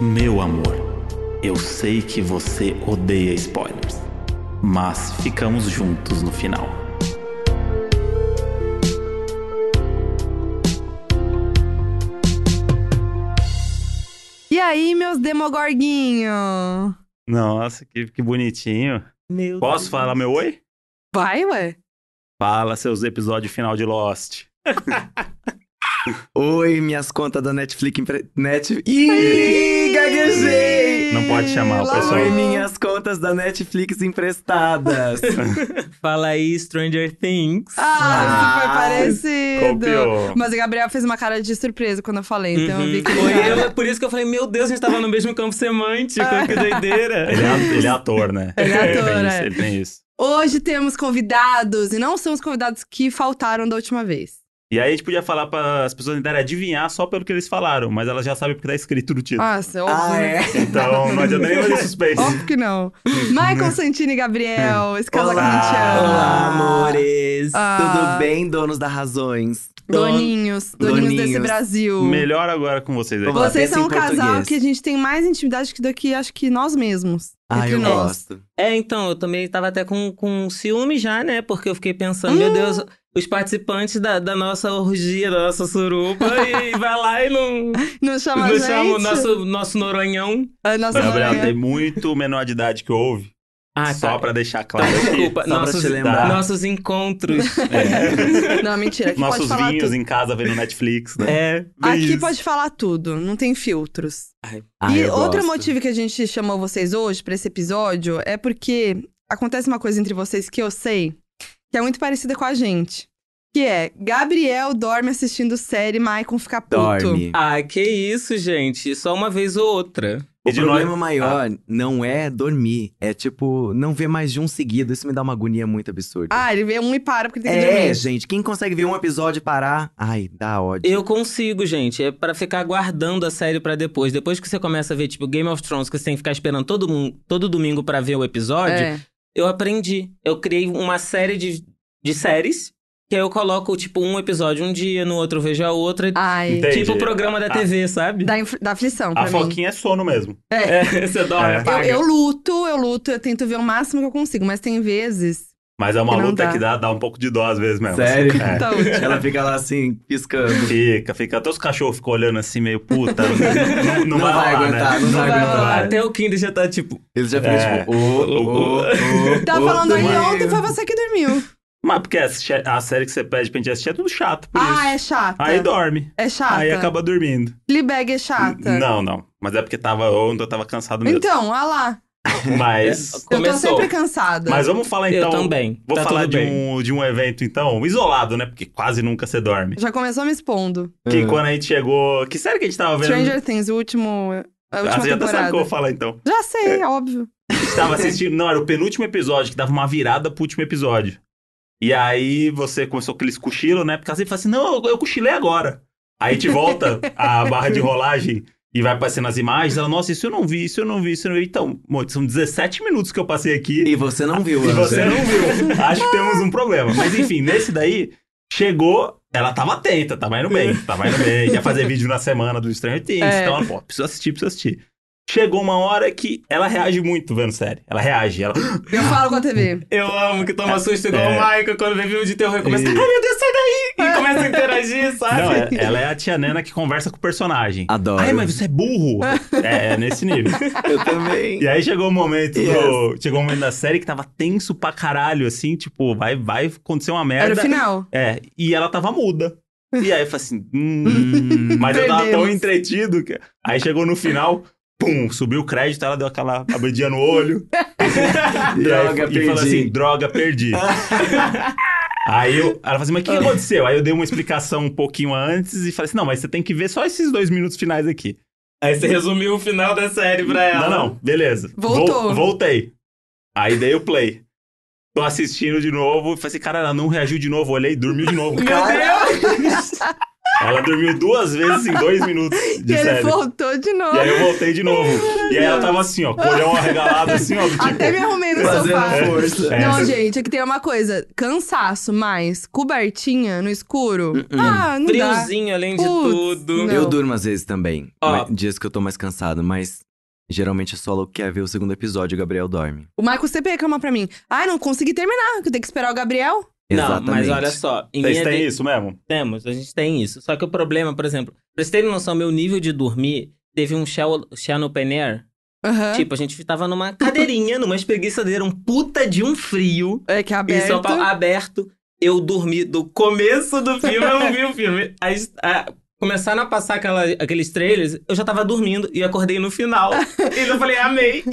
Meu amor, eu sei que você odeia spoilers, mas ficamos juntos no final. E aí, meus demogorguinhos? Nossa, que, que bonitinho. Meu Posso Deus. falar meu oi? Vai, ué? Fala seus episódios final de Lost. Oi, minhas contas da Netflix. Empre... Net... Ih, gaguejei! Não pode chamar o Lá pessoal. Oi, vai. minhas contas da Netflix emprestadas. Fala aí, Stranger Things. Ah, super Ah, parecido. Copiou. Mas o Gabriel fez uma cara de surpresa quando eu falei, então Uhum. eu vi que. Foi eu, por isso que eu falei, meu Deus, a gente tava no mesmo campo semântico, que doideira. Ele é, a- ele é ator, né? Ele é ator, tem é. isso, ele tem isso. Hoje temos convidados, e não são os convidados que faltaram da última vez. E aí a gente podia falar para as pessoas tentarem adivinhar só pelo que eles falaram, mas elas já sabem porque tá escrito no título. Nossa, óbvio. né? ah, é? Então não adianta nem fazer suspense. Óbvio que não. Maicon Santini e Gabriel, esse casal que a gente ama. Olá, amores. Ah. Tudo bem, donos da Razões? Doninhos, doninhos, desse Doninhos. Brasil. Melhor agora com vocês aí. Vamos lá. Vocês Pensa são assim em um casal português. que a gente tem mais intimidade que do que acho que nós mesmos. Ah, entre eu nós. gosto. É, então, eu também tava até com, com ciúme já, né? Porque eu fiquei pensando, Hum. meu Deus, os participantes da, da nossa orgia, da nossa surupa, e vai lá e não, Não chama a não gente. chama o nosso, nosso Noronhão. Ah, nossa, Gabriel, Noronha. tem muito menor de idade que ouve. Ah, só tá. pra deixar claro. Então, aqui. desculpa, Só pra nossos, te lembrar. nossos encontros. Não, mentira. Aqui É. Nossos pode falar vinhos tudo. em casa vendo Netflix, né? É, Aqui isso. pode falar tudo, não tem filtros. Ah, e eu outro gosto. motivo que a gente chamou vocês hoje pra esse episódio é porque acontece uma coisa entre vocês que eu sei que é muito parecida com a gente. Que é, Gabriel dorme assistindo série, Maicon fica puto. Dorme. Ah, que isso, gente. Só uma vez ou outra. O E de problema nós- maior não é dormir, é tipo, não ver mais de um seguido. Isso me dá uma agonia muito absurda. Ah, ele vê um e para porque ele tem que é, dormir. gente, quem consegue ver um episódio e parar? Ai, dá ódio. Eu consigo, gente. É pra ficar guardando a série pra depois. Depois que você começa a ver, tipo, Game of Thrones, que você tem que ficar esperando todo, mun- todo domingo pra ver o episódio, É. eu aprendi. Eu criei uma série de, de séries, que aí eu coloco, tipo, um episódio um dia, no outro eu vejo a outra. Ai, Entendi. Tipo o programa da Ah. TV, sabe? dá, inf- dá aflição pra A mim. foquinha é sono mesmo. É, você dorme, É. Eu, apaga. eu luto, eu luto, eu tento ver o máximo que eu consigo, mas tem vezes. Mas é uma Não luta dá. que dá, dá um pouco de dó às vezes mesmo. Sério? É. Tá útil. Ela fica lá assim, piscando. Fica, fica. Até os cachorros ficam olhando assim, meio puta. né? Não, não- não Não vai, vai rolar, aguentar, né? não vai aguentar. rolar. Até o Kinder já tá, tipo, Eles já ficam É. tipo, ô, ô, ô, ô. Tá falando aí mas- ontem, foi você que dormiu. Mas porque a, che- a série que você pede pra gente assistir é tudo chato, por Ah, isso. é chata. Aí dorme. É chata. Aí acaba dormindo. Fleabag é chata. Não, não. Mas é porque tava ontem, eu tava cansado mesmo. Então, ah lá. Mas. Eu tô começou. sempre cansada. Mas vamos falar Eu É. então. também. Vou Tá falar tudo de bem. um, de um evento, então, isolado, né? Porque quase nunca você dorme. Já começou me expondo. Que Ah. quando a gente chegou. Que série que a gente tava Tá vendo? Stranger Things, o último. A última ah, você já até sabe o temporada. que eu vou falar então. Já sei, é óbvio. A gente tava assistindo. Não, era o penúltimo episódio, que dava uma virada pro último episódio. E aí você começou com aqueles cochilos, né? Porque você fala assim: não, eu, eu cochilei agora. Aí te volta a barra de rolagem e vai aparecendo as imagens. Ela, nossa, isso eu não vi, isso eu não vi, isso eu não vi. Então, amor, são 17 minutos que eu passei aqui. E você não viu, Se Anja. você não viu, acho que temos um problema. Mas enfim, nesse daí, chegou, ela tava atenta, tava indo bem, tava indo bem. Ia fazer vídeo na semana do Stranger Things, É. então ela, pô, preciso assistir, preciso assistir. Chegou uma hora que ela reage muito vendo série. Ela reage, ela... Eu falo com a TV. Eu amo que toma susto igual É. o Michael quando vê filme de terror e começa, E- ai meu Deus, sai daí! É. E começa a interagir, sabe? Não, é- ela é a tia Nena que conversa com o personagem. Adoro. Ai, mas você é burro! Ah. É, é nesse nível. Eu também. E aí chegou o momento do- Yes. Chegou o momento da série que tava tenso pra caralho, assim, tipo, vai, vai acontecer uma merda. Era o final. É, e ela tava muda. E aí eu falei assim, hum, mas eu tava tão Perdemos. entretido que. Aí chegou no final, pum, subiu o crédito, ela deu aquela abridinha no olho. e aí, Droga, E falou perdi. assim: droga, perdi. aí eu, ela falou assim, mas o que aconteceu? Aí eu dei uma explicação um pouquinho antes e falei assim: não, mas você tem que ver só esses dois minutos finais aqui. Aí você resumiu o final da série pra ela. Não, não, beleza. Voltou. voltei. Aí dei o play. Tô assistindo de novo, falei assim, cara, ela não reagiu de novo, olhei, dormiu de novo. Meu Deus! Ela dormiu duas vezes em dois minutos de e ele série. voltou de novo. E aí eu voltei de novo. E aí ela tava assim, ó, com o olhão arregalado, assim, ó, do tipo. Até me arrumei no sofá. Fazendo força. É. Não, gente, é que tem uma coisa. Cansaço, mas cobertinha no escuro. Ah, não dá. Uh-uh. Friozinho, além de Putz, tudo. não. Eu durmo às vezes também. Ó. mas- Dias que eu tô mais cansado, mas geralmente a Solo quer ver o segundo episódio, o Gabriel dorme. O Michael sempre reclama pra mim. Ai, não consegui terminar, que eu tenho que esperar o Gabriel. Não, Exatamente. mas olha só. Em Vocês minha têm de- isso mesmo? Temos, a gente tem isso. Só que o problema, por exemplo, pra vocês terem noção, meu nível de dormir teve um Xanopener. Aham. Tipo, a gente tava numa cadeirinha, numa espreguiçadeira, um puta de um frio. é que é Em São aberto. Paulo, um aberto. Eu dormi do começo do filme, eu não vi o filme. Aí, a- começaram a passar aquela- aqueles trailers, eu já tava dormindo e acordei no final. e eu falei, amei.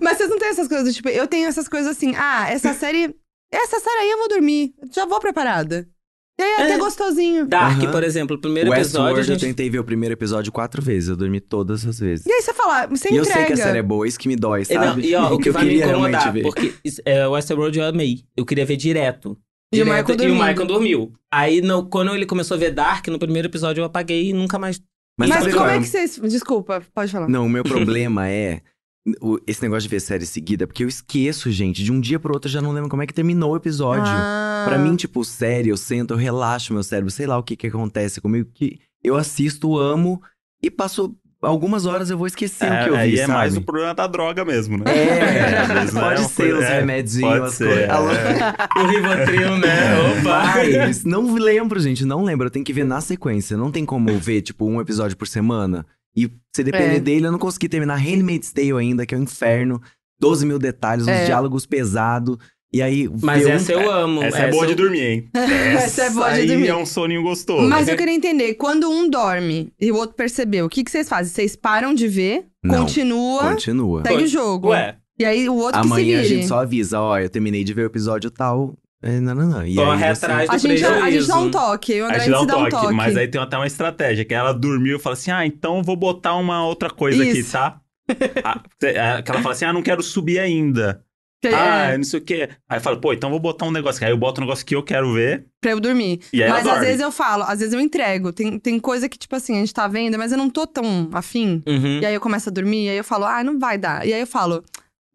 Mas vocês não têm essas coisas, tipo, eu tenho essas coisas assim. Ah, essa série. Essa série aí eu vou dormir. Já vou preparada. E aí, é até É. gostosinho. Dark, Aham. por exemplo, o primeiro episódio, a Westworld, eu gente tentei ver o primeiro episódio quatro vezes, eu dormi todas as vezes. E aí você fala, você E eu entrega. sei que a série é boa, isso que me dói, É, não, sabe? e ó, o que eu vai me queria realmente incomodar, ver. porque isso- é, Westworld eu amei. Eu queria ver direto. E o Direto, Michael e o dormindo. Michael dormiu. Aí, no- quando ele começou a ver Dark, no primeiro episódio eu apaguei e nunca mais. Mas, sabe como qual é que vocês. Desculpa, pode falar. Não, o meu problema é o- esse negócio de ver série seguida, porque eu esqueço, gente. De um dia pro outro eu já não lembro como é que terminou o episódio. Ah. Pra mim, tipo, série, eu sento, eu relaxo meu cérebro, sei lá o que que acontece comigo, que eu assisto, amo, e passo algumas horas eu vou esquecer o que eu aí vi, é sabe? mais o problema da droga mesmo, né? É, Às vezes não pode é uma ser coisa- os é, remedinhos, pode as ser, coisas. é. Alô? O Rivotril, né? É. Opa! Mas não lembro, gente, não lembro. Eu tenho que ver na sequência. Não tem como eu ver, tipo, um episódio por semana. E se depender É. dele, eu não consegui terminar Handmaid's Tale ainda, que é um inferno. 12 mil detalhes, uns É. diálogos pesados. E aí, Mas ver um- essa eu amo. Essa é boa eu- de dormir, hein? Essa é boa de aí dormir. é um soninho gostoso. é Mas eu queria entender, quando um dorme e o outro percebeu, o que, que vocês fazem? Vocês param de ver, Não. continua, Continua. segue o jogo. Ué, E aí o outro Amanhã a que se vire. gente só avisa, ó, eu terminei de ver o episódio tal. é, Não, não, não. E Corre aí, você- atrás. A gente, a, a gente dá um prejuízo. toque, o A André gente dá um se dá toque, mas aí tem até uma estratégia, que ela dormiu e fala assim, ah, então vou botar uma outra coisa aqui, Isso. tá? Ah, cê- ah, que ela fala assim, ah, não quero subir ainda. Que- Ah, é, não sei o quê. Aí fala, pô, então vou botar um negócio aqui. Aí eu boto um negócio que eu quero ver, pra eu dormir. e é aí mas ela às dorme. vezes eu falo, às vezes eu entrego. Tem, tem coisa que, tipo assim, a gente tá vendo, mas eu não tô tão afim. Uhum. E aí eu começo a dormir, e aí eu falo, ah, não vai dar. E aí eu falo,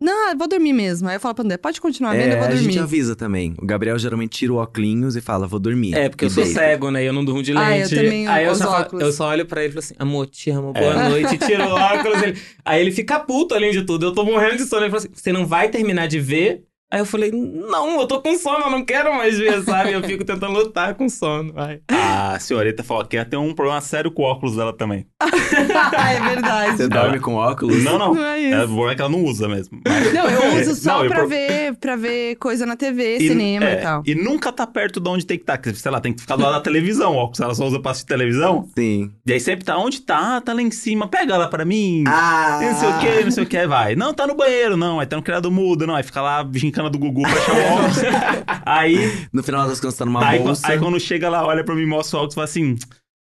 não, eu vou dormir mesmo. Aí eu falo pro André, pode continuar vendo, É, eu vou a gente dormir. avisa também. O Gabriel geralmente tira o óculos e fala, vou dormir. É, porque eu E sou deita. cego, né? Eu não durmo de Ah, eu lente. também aí eu uso só, fa- óculos. eu só olho pra ele e falo assim, amor, te amo, boa noite, tiro o óculos. Ele... Aí ele fica puto além de tudo. Eu tô morrendo de sono. Ele fala assim: você não vai terminar de ver? Aí eu falei, não, eu tô com sono, eu não quero mais ver, sabe? Eu fico tentando lutar com sono. Vai. A senhorita falou que ela tem um problema sério com o óculos dela também. é Você verdade. dorme com óculos? Não, não. Não é isso. É, o problema é que ela não usa mesmo. Mas- É, Não, eu uso só Não, eu pra, pro- ver, pra ver coisa na TV, cinema é, e tal. E nunca tá perto de onde tem que estar. Sei lá, tem que ficar do lado da televisão. Ó, se ela só usa pra assistir televisão. Sim. E aí sempre tá onde tá, ah, tá lá em cima. Pega ela pra mim. Ah! E Não sei o que, não sei o que, vai. Não, tá no banheiro, não. Aí tá no criado mudo, não. Aí fica lá gincana do Gugu pra achar o óculos. aí, No final das contas, tá numa aí, bolsa. aí quando chega lá, olha pra mim, mostra o óculos e fala assim: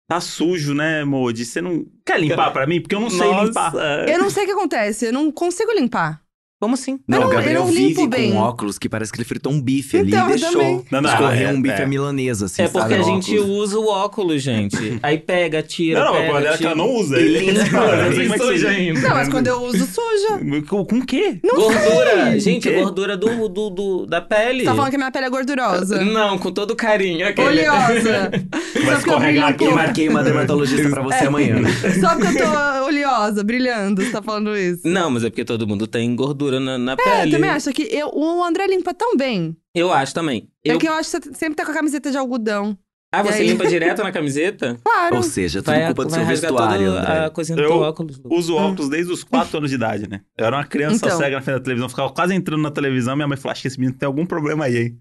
tá sujo, né, Modi? Você não quer limpar pra mim? Porque eu não sei limpar. Eu não sei o que acontece, eu não consigo limpar. Como assim? Não, eu o não- Gabriel eu não vive limpo com bem. um óculos que parece que ele fritou um bife ali Então, e eu deixou também. Não, não, escorrer é, um bife é. à milanesa, assim, É porque sabe, a no gente óculos. usa o óculos, gente. Aí pega, tira. Não, não, o pega, dela é que tira. ela não usa. E Ele- limpa. Mano, eu não sei como é que Isso, seja. gente. Não, mas quando eu uso, suja. Com, com o quê? Gordura, sei. gente, O quê? é gordura do, do, do- da pele. Você tá falando que a minha pele é gordurosa. Não, com todo carinho. aquele- Vai Oleosa. Só porque eu brilho escorregar um aqui, Eu pouco. marquei uma dermatologista pra você amanhã. Só porque eu tô oleosa, brilhando, você tá falando isso. Não, mas é porque todo mundo tem gordura na, na É, pele. eu também acho que eu- o André limpa tão bem. Eu acho também. É Eu... que eu acho que você sempre tá com a camiseta de algodão. Ah, E você aí? limpa direto na camiseta? Claro. Ou seja, tudo Vai, culpa do vai seu rasgar vestuário, toda André. a coisinha do Eu- teu óculos. Lu. Uso óculos desde os 4 anos de idade, né? Eu era uma criança Então. cega na frente da televisão, ficava quase entrando na televisão. Minha mãe falou: Acho que esse menino tem algum problema aí, hein?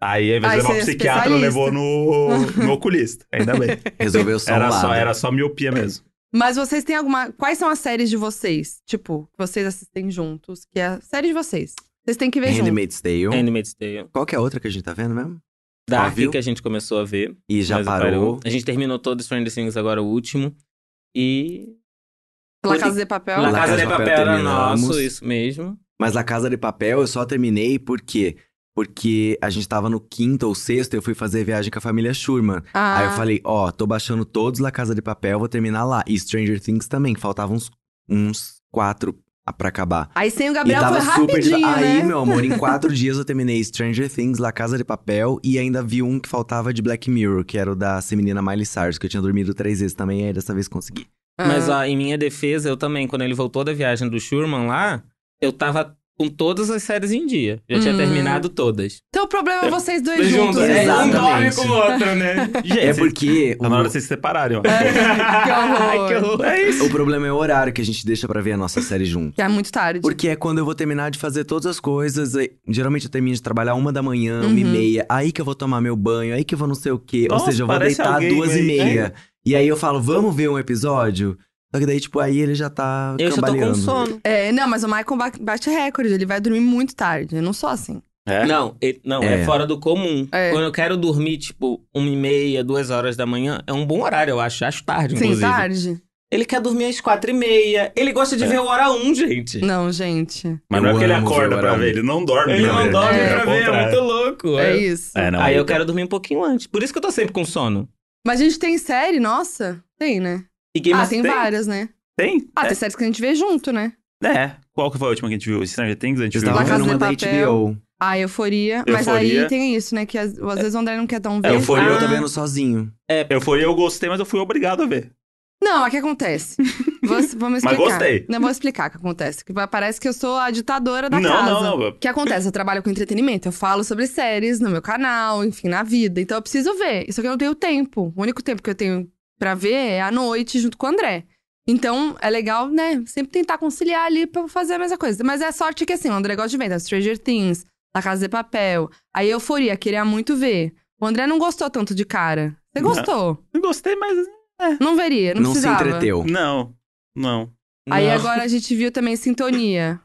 aí, ao invés de levar Aí você pro é psiquiatra, levou no, no oculista. Ainda bem. Resolveu só um Era lado. só, era só miopia mesmo. Mas vocês têm alguma. Quais são as séries de vocês? Tipo, que vocês assistem juntos, que é a série de vocês. Vocês têm que ver juntos. Handmaid's Tale. Animated Tale. Qual que é a outra que a gente tá vendo mesmo? Dark viu? que a gente começou a ver. E já mas parou. A gente terminou todo Stranger Things agora, o último. E... La Casa de Papel. La La Casa Casa de de Papel Papel era terminamos. nosso, isso mesmo. Mas La Casa de Papel eu só terminei porque Porque a gente tava no quinto ou sexto, eu fui fazer viagem com a família Schurman. Ah, Aí eu falei, ó, tô baixando todos La Casa de Papel, vou terminar lá. E Stranger Things também, que faltavam uns, uns quatro a- pra acabar. Aí sem o E Gabriel foi tava super. rapidinho, Aí, né? meu amor, em quatro dias eu terminei Stranger Things, La Casa de Papel e ainda vi um que faltava de Black Mirror, que era o da essa menina Miley Cyrus, que eu tinha dormido três vezes também, aí dessa vez consegui. Ah. Mas ó, em minha defesa, eu também, quando ele voltou da viagem do Schurman lá, eu tava com todas as séries em dia. Já tinha Hum. terminado todas. Então o problema é vocês dois Dois juntos. juntos, né? é, um Exatamente. dorme com o outro, né? É. Gente, É vocês- porque. Tá na hora de vocês se separarem, ó. Que horror. Ai, que horror. É isso. O problema é o horário que a gente deixa pra ver a nossa série junto. Que é muito tarde. Porque é quando eu vou terminar de fazer todas as coisas. e- Geralmente eu termino de trabalhar uma da manhã, uma e Uhum. meia. Aí que eu vou tomar meu banho, aí que eu vou não sei o quê. Nossa, Ou seja, eu vou parece deitar alguém duas e aí, meia. E aí eu falo, vamos ver um episódio? Só que daí, tipo, aí ele já tá Eu já tô com cambaleando. sono. É, não, mas o Michael ba- bate recorde, ele vai dormir muito tarde. Eu não sou assim. É. Não, ele- não é. É. fora do comum. É. Quando eu quero dormir, tipo, uma e meia, duas horas da manhã, é um bom horário, eu acho. Acho tarde, Sim, inclusive. tarde? Ele quer dormir às quatro e meia. Ele gosta de É. ver o hora um, gente. Não, gente. Mas não é Eu porque ele amo ver acorda o pra Arão. ver, ele não dorme. Ele pra não ver. dorme É, pra ao ver, é contrário. muito louco. É é. isso. É, não, Aí ele- eu quero dormir um pouquinho antes. Por isso que eu tô sempre com sono. Mas a gente tem série, nossa? Tem, né? E Game ah, of tem, Thrones- várias, né? Tem? Ah, tem séries que a gente vê junto, né? É. É. Qual que foi a última que a gente viu? Stranger Things? A gente Eu viu. tava La Casa vendo uma de da Papel. HBO. Ah, euforia. Mas Euforia. É. aí tem isso, né? Que às, às vezes o André não quer um tão ver. Euforia. Eu Ah. tô vendo sozinho. Euforia eu gostei, mas eu fui obrigado a ver. Não, o que acontece? Vou, vamos explicar. Mas gostei. Não, vou explicar o que acontece. Que parece que eu sou a ditadora tá da não, casa. não, não. O que acontece? Eu trabalho com entretenimento. Eu falo sobre séries no meu canal, enfim, na vida. Então eu preciso ver. Isso que eu não tenho tempo. O único tempo que eu tenho pra ver é à noite junto com o André. Então é legal, né? Sempre tentar conciliar ali pra eu fazer a mesma coisa. Mas é sorte que assim, o André gosta de ver. Então, Stranger Things, La Casa de Papel. Aí Euforia, queria muito ver. O André não gostou tanto de cara. Você Não. gostou? Eu gostei, mas. Não, veria, não, Não, se precisava. entreteu. Não. Não. Aí Não. agora a gente viu também Sintonia.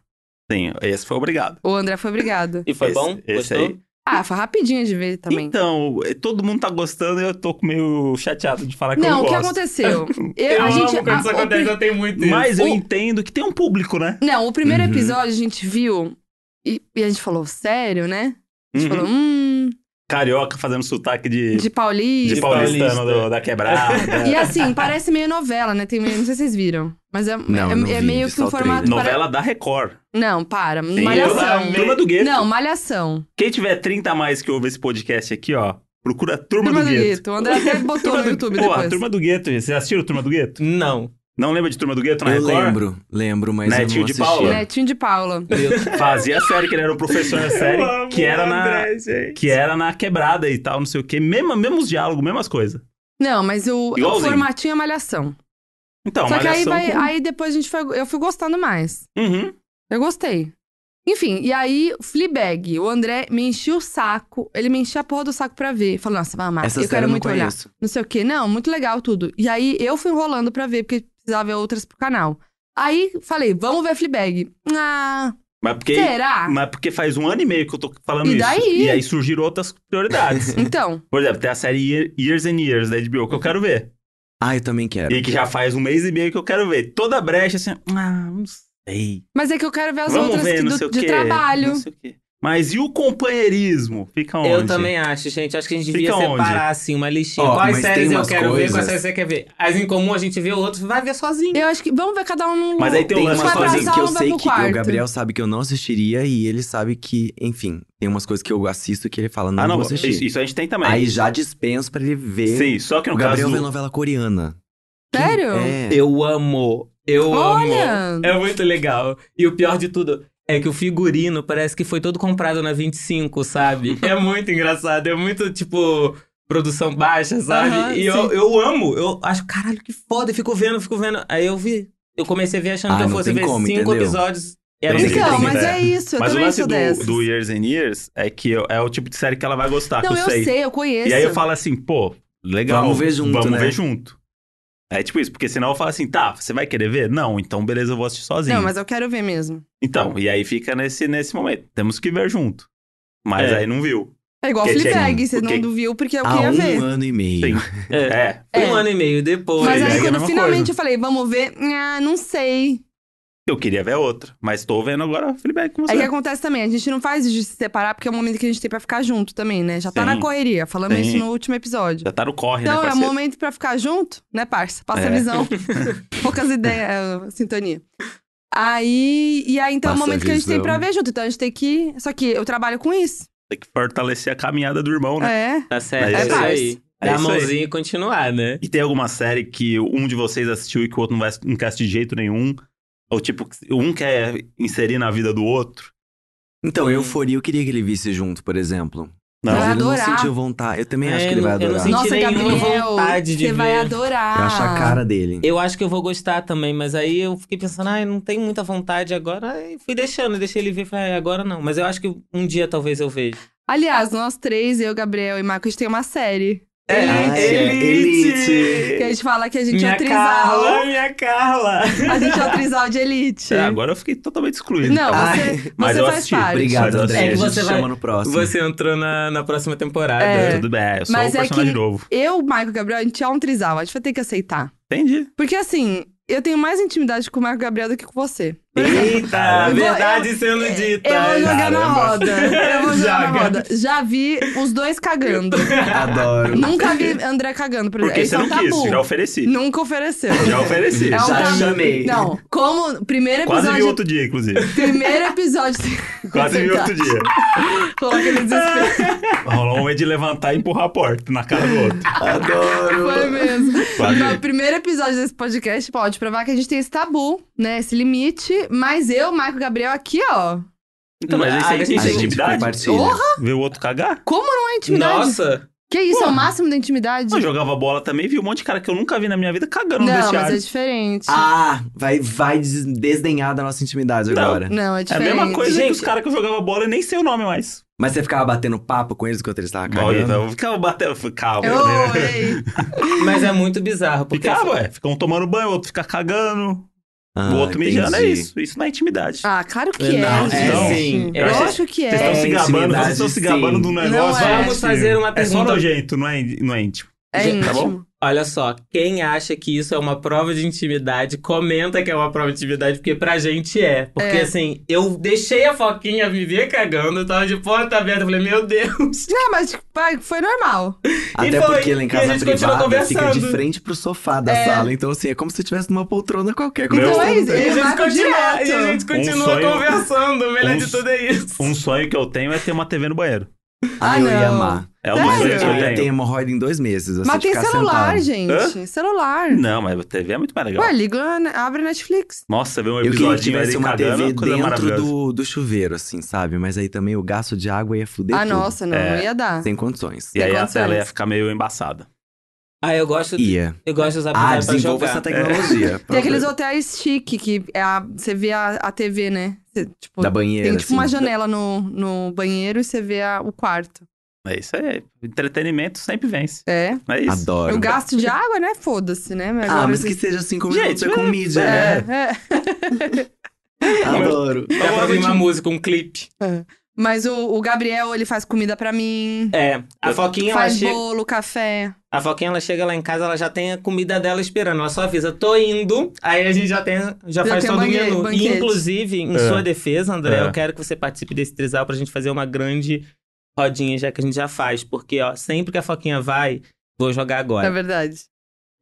Sim, esse foi obrigado. O André foi obrigado. E foi Esse- bom? esse Gostou? aí. Ah, foi rapidinho de ver também. Então, eh, todo mundo tá gostando e eu tô meio chateado de falar que eu não, não o que gosto. aconteceu? Eu, a gente, a- o pri- eu tenho muito Mas eu O- entendo que tem um público, né? Não, o primeiro Uhum. episódio a gente viu e, e a gente falou, sério, né? A gente Tipo, Uhum. falou, hum, Carioca fazendo sotaque de, de Paulista. de de paulistano paulista. do- da quebrada. é. E assim, parece meio novela, né? Tem meio, não sei se vocês viram. Mas é, Não, é, não é vi, meio que só um o formato. trailer. para- Novela da Record. Não, para. Sim, malhação. eu- Turma do Gueto. Não, malhação. Quem tiver 30 a mais que ouve esse podcast aqui, ó, procura Turma, Turma do, do Gueto. Gueto. O André até botou Turma no do- YouTube Pô, depois. Turma do Gueto, gente. Vocês assistiram Turma do Gueto? Não. Não lembra de Turma do Gueto na Eu Record? lembro, lembro, mas Né, eu não tio de assisti. Paula? Netinho de Paula. Fazia a série, que ele era o professor da série, que era na... Que era na quebrada e tal, não sei o quê. Mesmo, mesmos diálogos, mesmas coisas. Não, mas o, o Igualzinho. formatinho é malhação. Então, Só que aí, malhação vai- com- aí depois a gente foi, eu fui gostando mais. Uhum. Eu gostei. Enfim, e aí, Fleabag. O André me enchia o saco. Ele me enchia a porra do saco pra ver. Falou, nossa, vai amar. Essa eu série quero eu não muito olhar. conheço. Não sei o quê. Não, muito legal tudo. E aí, eu fui enrolando pra ver, porque precisava ver outras pro canal. Aí, falei, vamos ver Fleabag. Ah, Mas porque, será? mas porque faz um ano e meio que eu tô falando E isso. daí? E aí surgiram outras prioridades. Então, Por exemplo, tem a série Year- Years and Years da HBO que eu quero ver. Ah, eu também quero. E que já faz um mês e meio que eu quero ver. Toda brecha, assim, ah, não sei. mas é que eu quero ver as Vamos outras ver, que não do- sei o de quê. trabalho. Não sei o quê. Mas e o companheirismo? Fica onde? Eu também acho, gente. Acho que a gente devia Fica onde? separar, assim, uma listinha. Ó, quais mas tem séries eu umas quero ver, quais coisas- séries você quer ver. As em comum a gente vê, outros vai ver sozinho. Eu acho que vamos ver cada um num Mas aí tem Tem o lance umas Vai pra coisas sozinho. sala, que eu vai sei pro que quarto. o Gabriel sabe que eu não assistiria e ele sabe que, enfim, tem umas coisas que eu assisto que ele fala, não, Ah, não, vou isso, assistir. isso a gente tem também. Aí já dispenso pra ele ver. Sim, só que O no Gabriel vê caso. novela coreana. Sério? É. Eu amo. Eu amo. Olha! É muito legal. E o pior de tudo é que o figurino parece que foi todo comprado na 25, sabe? é muito engraçado. É muito, tipo, produção baixa, sabe? Aham, e sim. eu, eu amo. Eu acho, caralho, que foda. E fico vendo, fico vendo. Aí eu vi. Eu comecei a ver achando Ah, que eu não fosse tem ver como, cinco entendeu? episódios. um E eram Tem cinco Então, Sim, mas sim. é isso. Eu Mas o também lance sou do, dessas. do Years and Years é que eu- é o tipo de série que ela vai gostar, Não, que eu, eu sei. eu conheço. E aí eu falo assim, pô, legal. Vamos ver junto, Vamos né? ver junto. É tipo isso, porque senão eu falo assim, tá, você vai querer ver? Não, então beleza, eu vou assistir sozinho. Não, mas eu quero ver mesmo. Então, e aí fica nesse, nesse momento. Temos que ver junto. Mas É. aí não viu. É igual Porque Fleabag, tinha- você porque- não viu porque eu Há queria um ver. ano e meio. Sim. É. É. É. Um ano e meio depois. Mas Fleabag é aí a quando mesma finalmente coisa. eu falei, vamos ver, ah, não sei. Eu queria ver outra, mas tô vendo agora Fleabag com É que você. acontece também, a gente não faz isso de se separar, porque é o momento que a gente tem pra ficar junto também, né? Já tá Sim. na correria, falamos Sim. isso no último episódio. Já tá no corre, Então né, é o parceiro? momento pra ficar junto, né, parça? Passa a É. visão. Poucas ideias, é, sintonia. Aí, e aí então é o Passa a momento que a gente tem visão. pra ver junto, então a gente tem que... Só que eu trabalho com isso, Tem que fortalecer a caminhada do irmão, né? é. Tá certo, É é isso fácil. aí. É Dar a isso aí. mãozinha e continuar, né? E tem alguma série que um de vocês assistiu e que o outro não vai não quer assistir de jeito nenhum? Ou tipo, um quer inserir na vida do outro? Então, Sim. Euforia, eu queria que ele visse junto, por exemplo. Não. Vai Mas ele adorar. não sentiu vontade. Eu também É, acho que ele eu vai não- eu não adorar. Eu, senti- Nossa, nenhuma Gabriel, vontade de você vai ver. adorar. acho a cara dele. Eu acho que eu vou gostar também, mas aí eu fiquei pensando, ai, não tenho muita vontade agora. Aí fui deixando, deixei ele ver, falei, ai, agora não. Mas eu acho que um dia talvez eu veja. Aliás, nós três, eu, Gabriel e Marco, a gente tem uma série. Ah, é. Que a gente fala que a gente é Minha o Carla, trisal. minha Carla. A gente é o trisal de elite. É, agora eu fiquei totalmente excluído. Tá Não, cara. você, mas você eu faz assisti, parte. Mas Obrigado, eu André. sei que a gente você vai- chama no próximo. Você entrou na, na próxima temporada. É. Tudo bem, eu sou Mas um é personagem que- novo. Eu, Marco e Gabriel, a gente é um trisal. A gente vai ter que aceitar. Entendi. Porque assim, eu tenho mais intimidade com o Marco e Gabriel do que com você. Eita, Eu vou- verdade sendo dita. Eu vou jogar na caramba. roda. Eu vou jogar na Joga. roda. Já vi os dois cagando. Adoro. Nunca vi André cagando, por exemplo. Porque Isso você é um não quis, tabu. já ofereci. Nunca ofereceu. Já ofereci. É um Já tabu. chamei. Não, como primeiro Quase vi episódio. outro dia, inclusive. Primeiro episódio. Quase vi tá. outro dia. Coloca ele desespero. Rolou um é de levantar e empurrar a porta na cara do outro. Foi Adoro. mesmo. Quase. No primeiro episódio desse podcast, pode provar que a gente tem esse tabu, né? Esse limite. Mas eu, Marco e Gabriel, aqui, ó. Então, mas isso aí- A gente isso é foi intimidade. compartilha. Porra! Ver o outro cagar? Como não é intimidade? Nossa, Que isso, é o máximo da intimidade? Eu jogava bola também, vi um monte de cara que eu nunca vi na minha vida cagando no Não, mas vestiário. é diferente. Ah, vai, vai des- desdenhar da nossa intimidade Não. agora. Não, é É a diferente. mesma coisa que Gente- os caras que eu jogava bola e nem sei o nome mais. Mas você ficava batendo papo com eles enquanto eles estavam Olha, tá, então, cagando? eu ficava batendo. Calma, Eu né? olhei. mas é muito bizarro. Porque Ficava, ué. Fica um tomando banho, o outro fica cagando, Ah, o outro mijando. É entendi. isso. Isso não é intimidade. Ah, claro que é. Não, é gente. sim. Eu É. acho que vocês é. estão se gabando, vocês estão se sim. gabando de um Não negócio. é. íntimo. Vamos fazer uma É só pergunta- nojento, não é, não é íntimo. É Gente, tá íntimo. Olha só, quem acha que isso é uma prova de intimidade, comenta que é uma prova de intimidade, porque pra gente é. Porque É. assim, eu deixei a Foquinha me ver cagando, eu tava de porta aberta, eu falei, meu Deus. Não, mas pai, foi normal. Até E foi, porque lá em e a casa gente continua privada fica de conversando. frente pro sofá da sala. Então, assim, é como se você estivesse numa poltrona qualquer. Meu- Então é isso. E Ele a gente marca continua, e a direto. gente continua sonho- conversando, o melhor um de s- tudo é isso. Um sonho que eu tenho é ter uma TV no banheiro. Ah, eu Ah, ia não. amar. É um Sério? sonho que Eu eu ia ter tenho. hemorroida em dois meses. Assim, Mas de tem ficar celular, sentado. gente. Celular. Não, mas a TV é muito mais legal. Ué, liga, na- abre Netflix. Nossa, ver um Eu queria que episódio ali tivesse uma cagando é TV uma coisa dentro maravilhosa. do, do chuveiro, assim, sabe? Mas aí também o gasto de água ia fuder Ah, tudo. nossa, não, É. não ia dar. Sem condições. E aí a condições. tela ia ficar meio embaçada. Ah, eu gosto, Ia. eu gosto de usar Ah, pra desenvolva É. jogar. essa tecnologia. Tem aqueles hotéis chique que é a- você vê a, a TV, né? Você, tipo, Da banheira, tem tipo assim. uma janela no, no banheiro e você vê a- o quarto. É isso aí. Entretenimento sempre vence. É. É isso. Adoro. O gasto de água, né? Foda-se, né? Mas Ah, agora mas você- que seja cinco Gente, minutos é com é- mídia, É, né? é. Adoro. Dá pra Agora ouvir uma eu te- música, um clipe. Mas o, o Gabriel, ele faz comida pra mim, É, a Foquinha, ela faz chega... bolo, café. A Foquinha, ela chega lá em casa, ela já tem a comida dela esperando. Ela só avisa, tô indo. Aí a gente já tem, já Já faz tem todo um banhe- o menu. E, banquete. inclusive, em É. sua defesa, André, É. eu quero que você participe desse trisal pra gente fazer uma grande rodinha, já que a gente já faz. Porque, ó, sempre que a Foquinha vai, vou jogar É agora. verdade.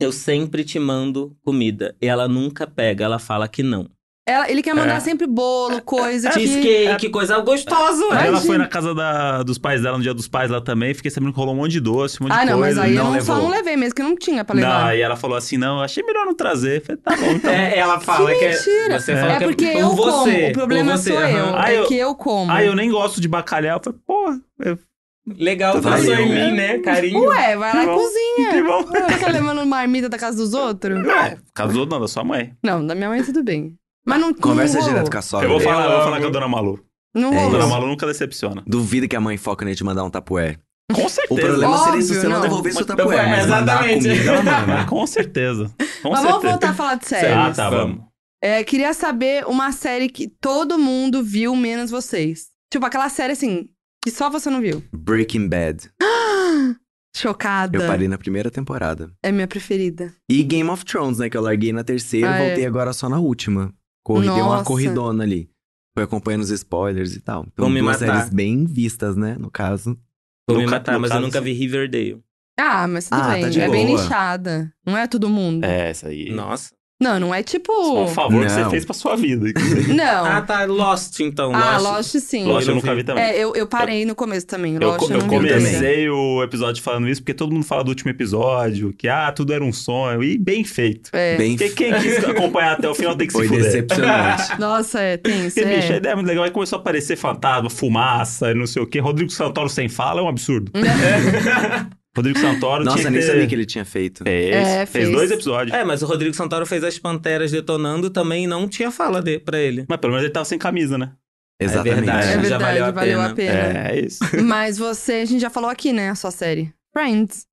Eu sempre te mando comida. E ela nunca pega, ela fala que não. Ela- ele quer mandar É. sempre bolo, coisa que... Cheesecake, É. coisa gostosa, Aí né? ela foi na casa da- dos pais dela, no dia dos pais lá também. Fiquei sabendo que rolou um monte de doce, um monte Ah, de não, mas coisa. aí eu não não só levou. não levei mesmo, que não tinha pra levar. Não, aí ela falou assim, não, achei melhor não trazer. Falei, tá bom, então. É, ela fala que, é- mentira. Você É fala É que porque por eu você, como. O por problema você, sou eu. aham. Ah, é eu- que eu como. Ah, eu nem gosto de bacalhau. Falei, porra, Legal, Tá Valeu. pensou em mim, né? Carinho. Ué, vai lá Que e bom. cozinha. que bom. Ué, Fica levando marmita da casa dos outros? É, casou não, da sua mãe. Não, da minha mãe tudo bem. Mas não Conversa não rolou. direto com a sogra. eu vou falar, eu vou amo. falar com a dona Malu. Não É A isso. dona rolou. Malu nunca decepciona. Duvido que a mãe foca nele te mandar um tapué. Com O certeza. problema seria se Óbvio, você não, não. devolvesse o Mas- é tapué. Mas mandar a Exatamente. comida, ela Ah, manda. com certeza. Com Mas vamos certeza. voltar a falar de séries. ah, tá, vamos. É, queria saber uma série que todo mundo viu, menos vocês. Tipo, aquela série assim, que só você não viu. Breaking Bad. Chocada. Eu parei na primeira temporada. É minha preferida. E Game of Thrones, né? Que eu larguei na terceira Ah, e voltei agora só na última. Corri, deu uma Nossa. corridona ali. Foi acompanhando os spoilers e tal. Então, Vão me duas matar. séries bem vistas, né? No caso. Vou No me ca- matar, no mas eu caso, nunca sim. vi Riverdale. Ah, mas tudo Ah, bem. tá de é bem boa. nichada. Não é todo mundo. É, essa aí. Nossa. Não, não é tipo. Isso foi um favor que você Não. fez pra sua vida. Não. Ah, tá. Lost, então. ah, Lost. Lost, sim. Lost eu não nunca vi. vi também. É, eu, eu parei no começo também. Eu, Lost eu, co- eu não vi inteira. comecei o episódio falando isso porque todo mundo fala do último episódio, que ah, tudo era um sonho, e bem feito. É. Bem Porque quem quis acompanhar até o final tem que se Foi fuder. decepcionante. Nossa, é tenso. Porque, bicho, a É. ideia é muito legal. Aí começou a aparecer fantasma, fumaça, não sei o quê. Rodrigo Santoro sem fala é um absurdo. Rodrigo Santoro Nossa, tinha nem que ter... sabia que ele tinha feito. Fez, É, fez. fez. dois episódios. É, mas o Rodrigo Santoro fez as Panteras detonando também e não tinha fala de, pra ele. Mas pelo menos ele tava sem camisa, né? Exatamente. verdade. É já verdade, valeu a pena. É, é isso. Mas você, a gente já falou aqui, né? A sua série. Friends.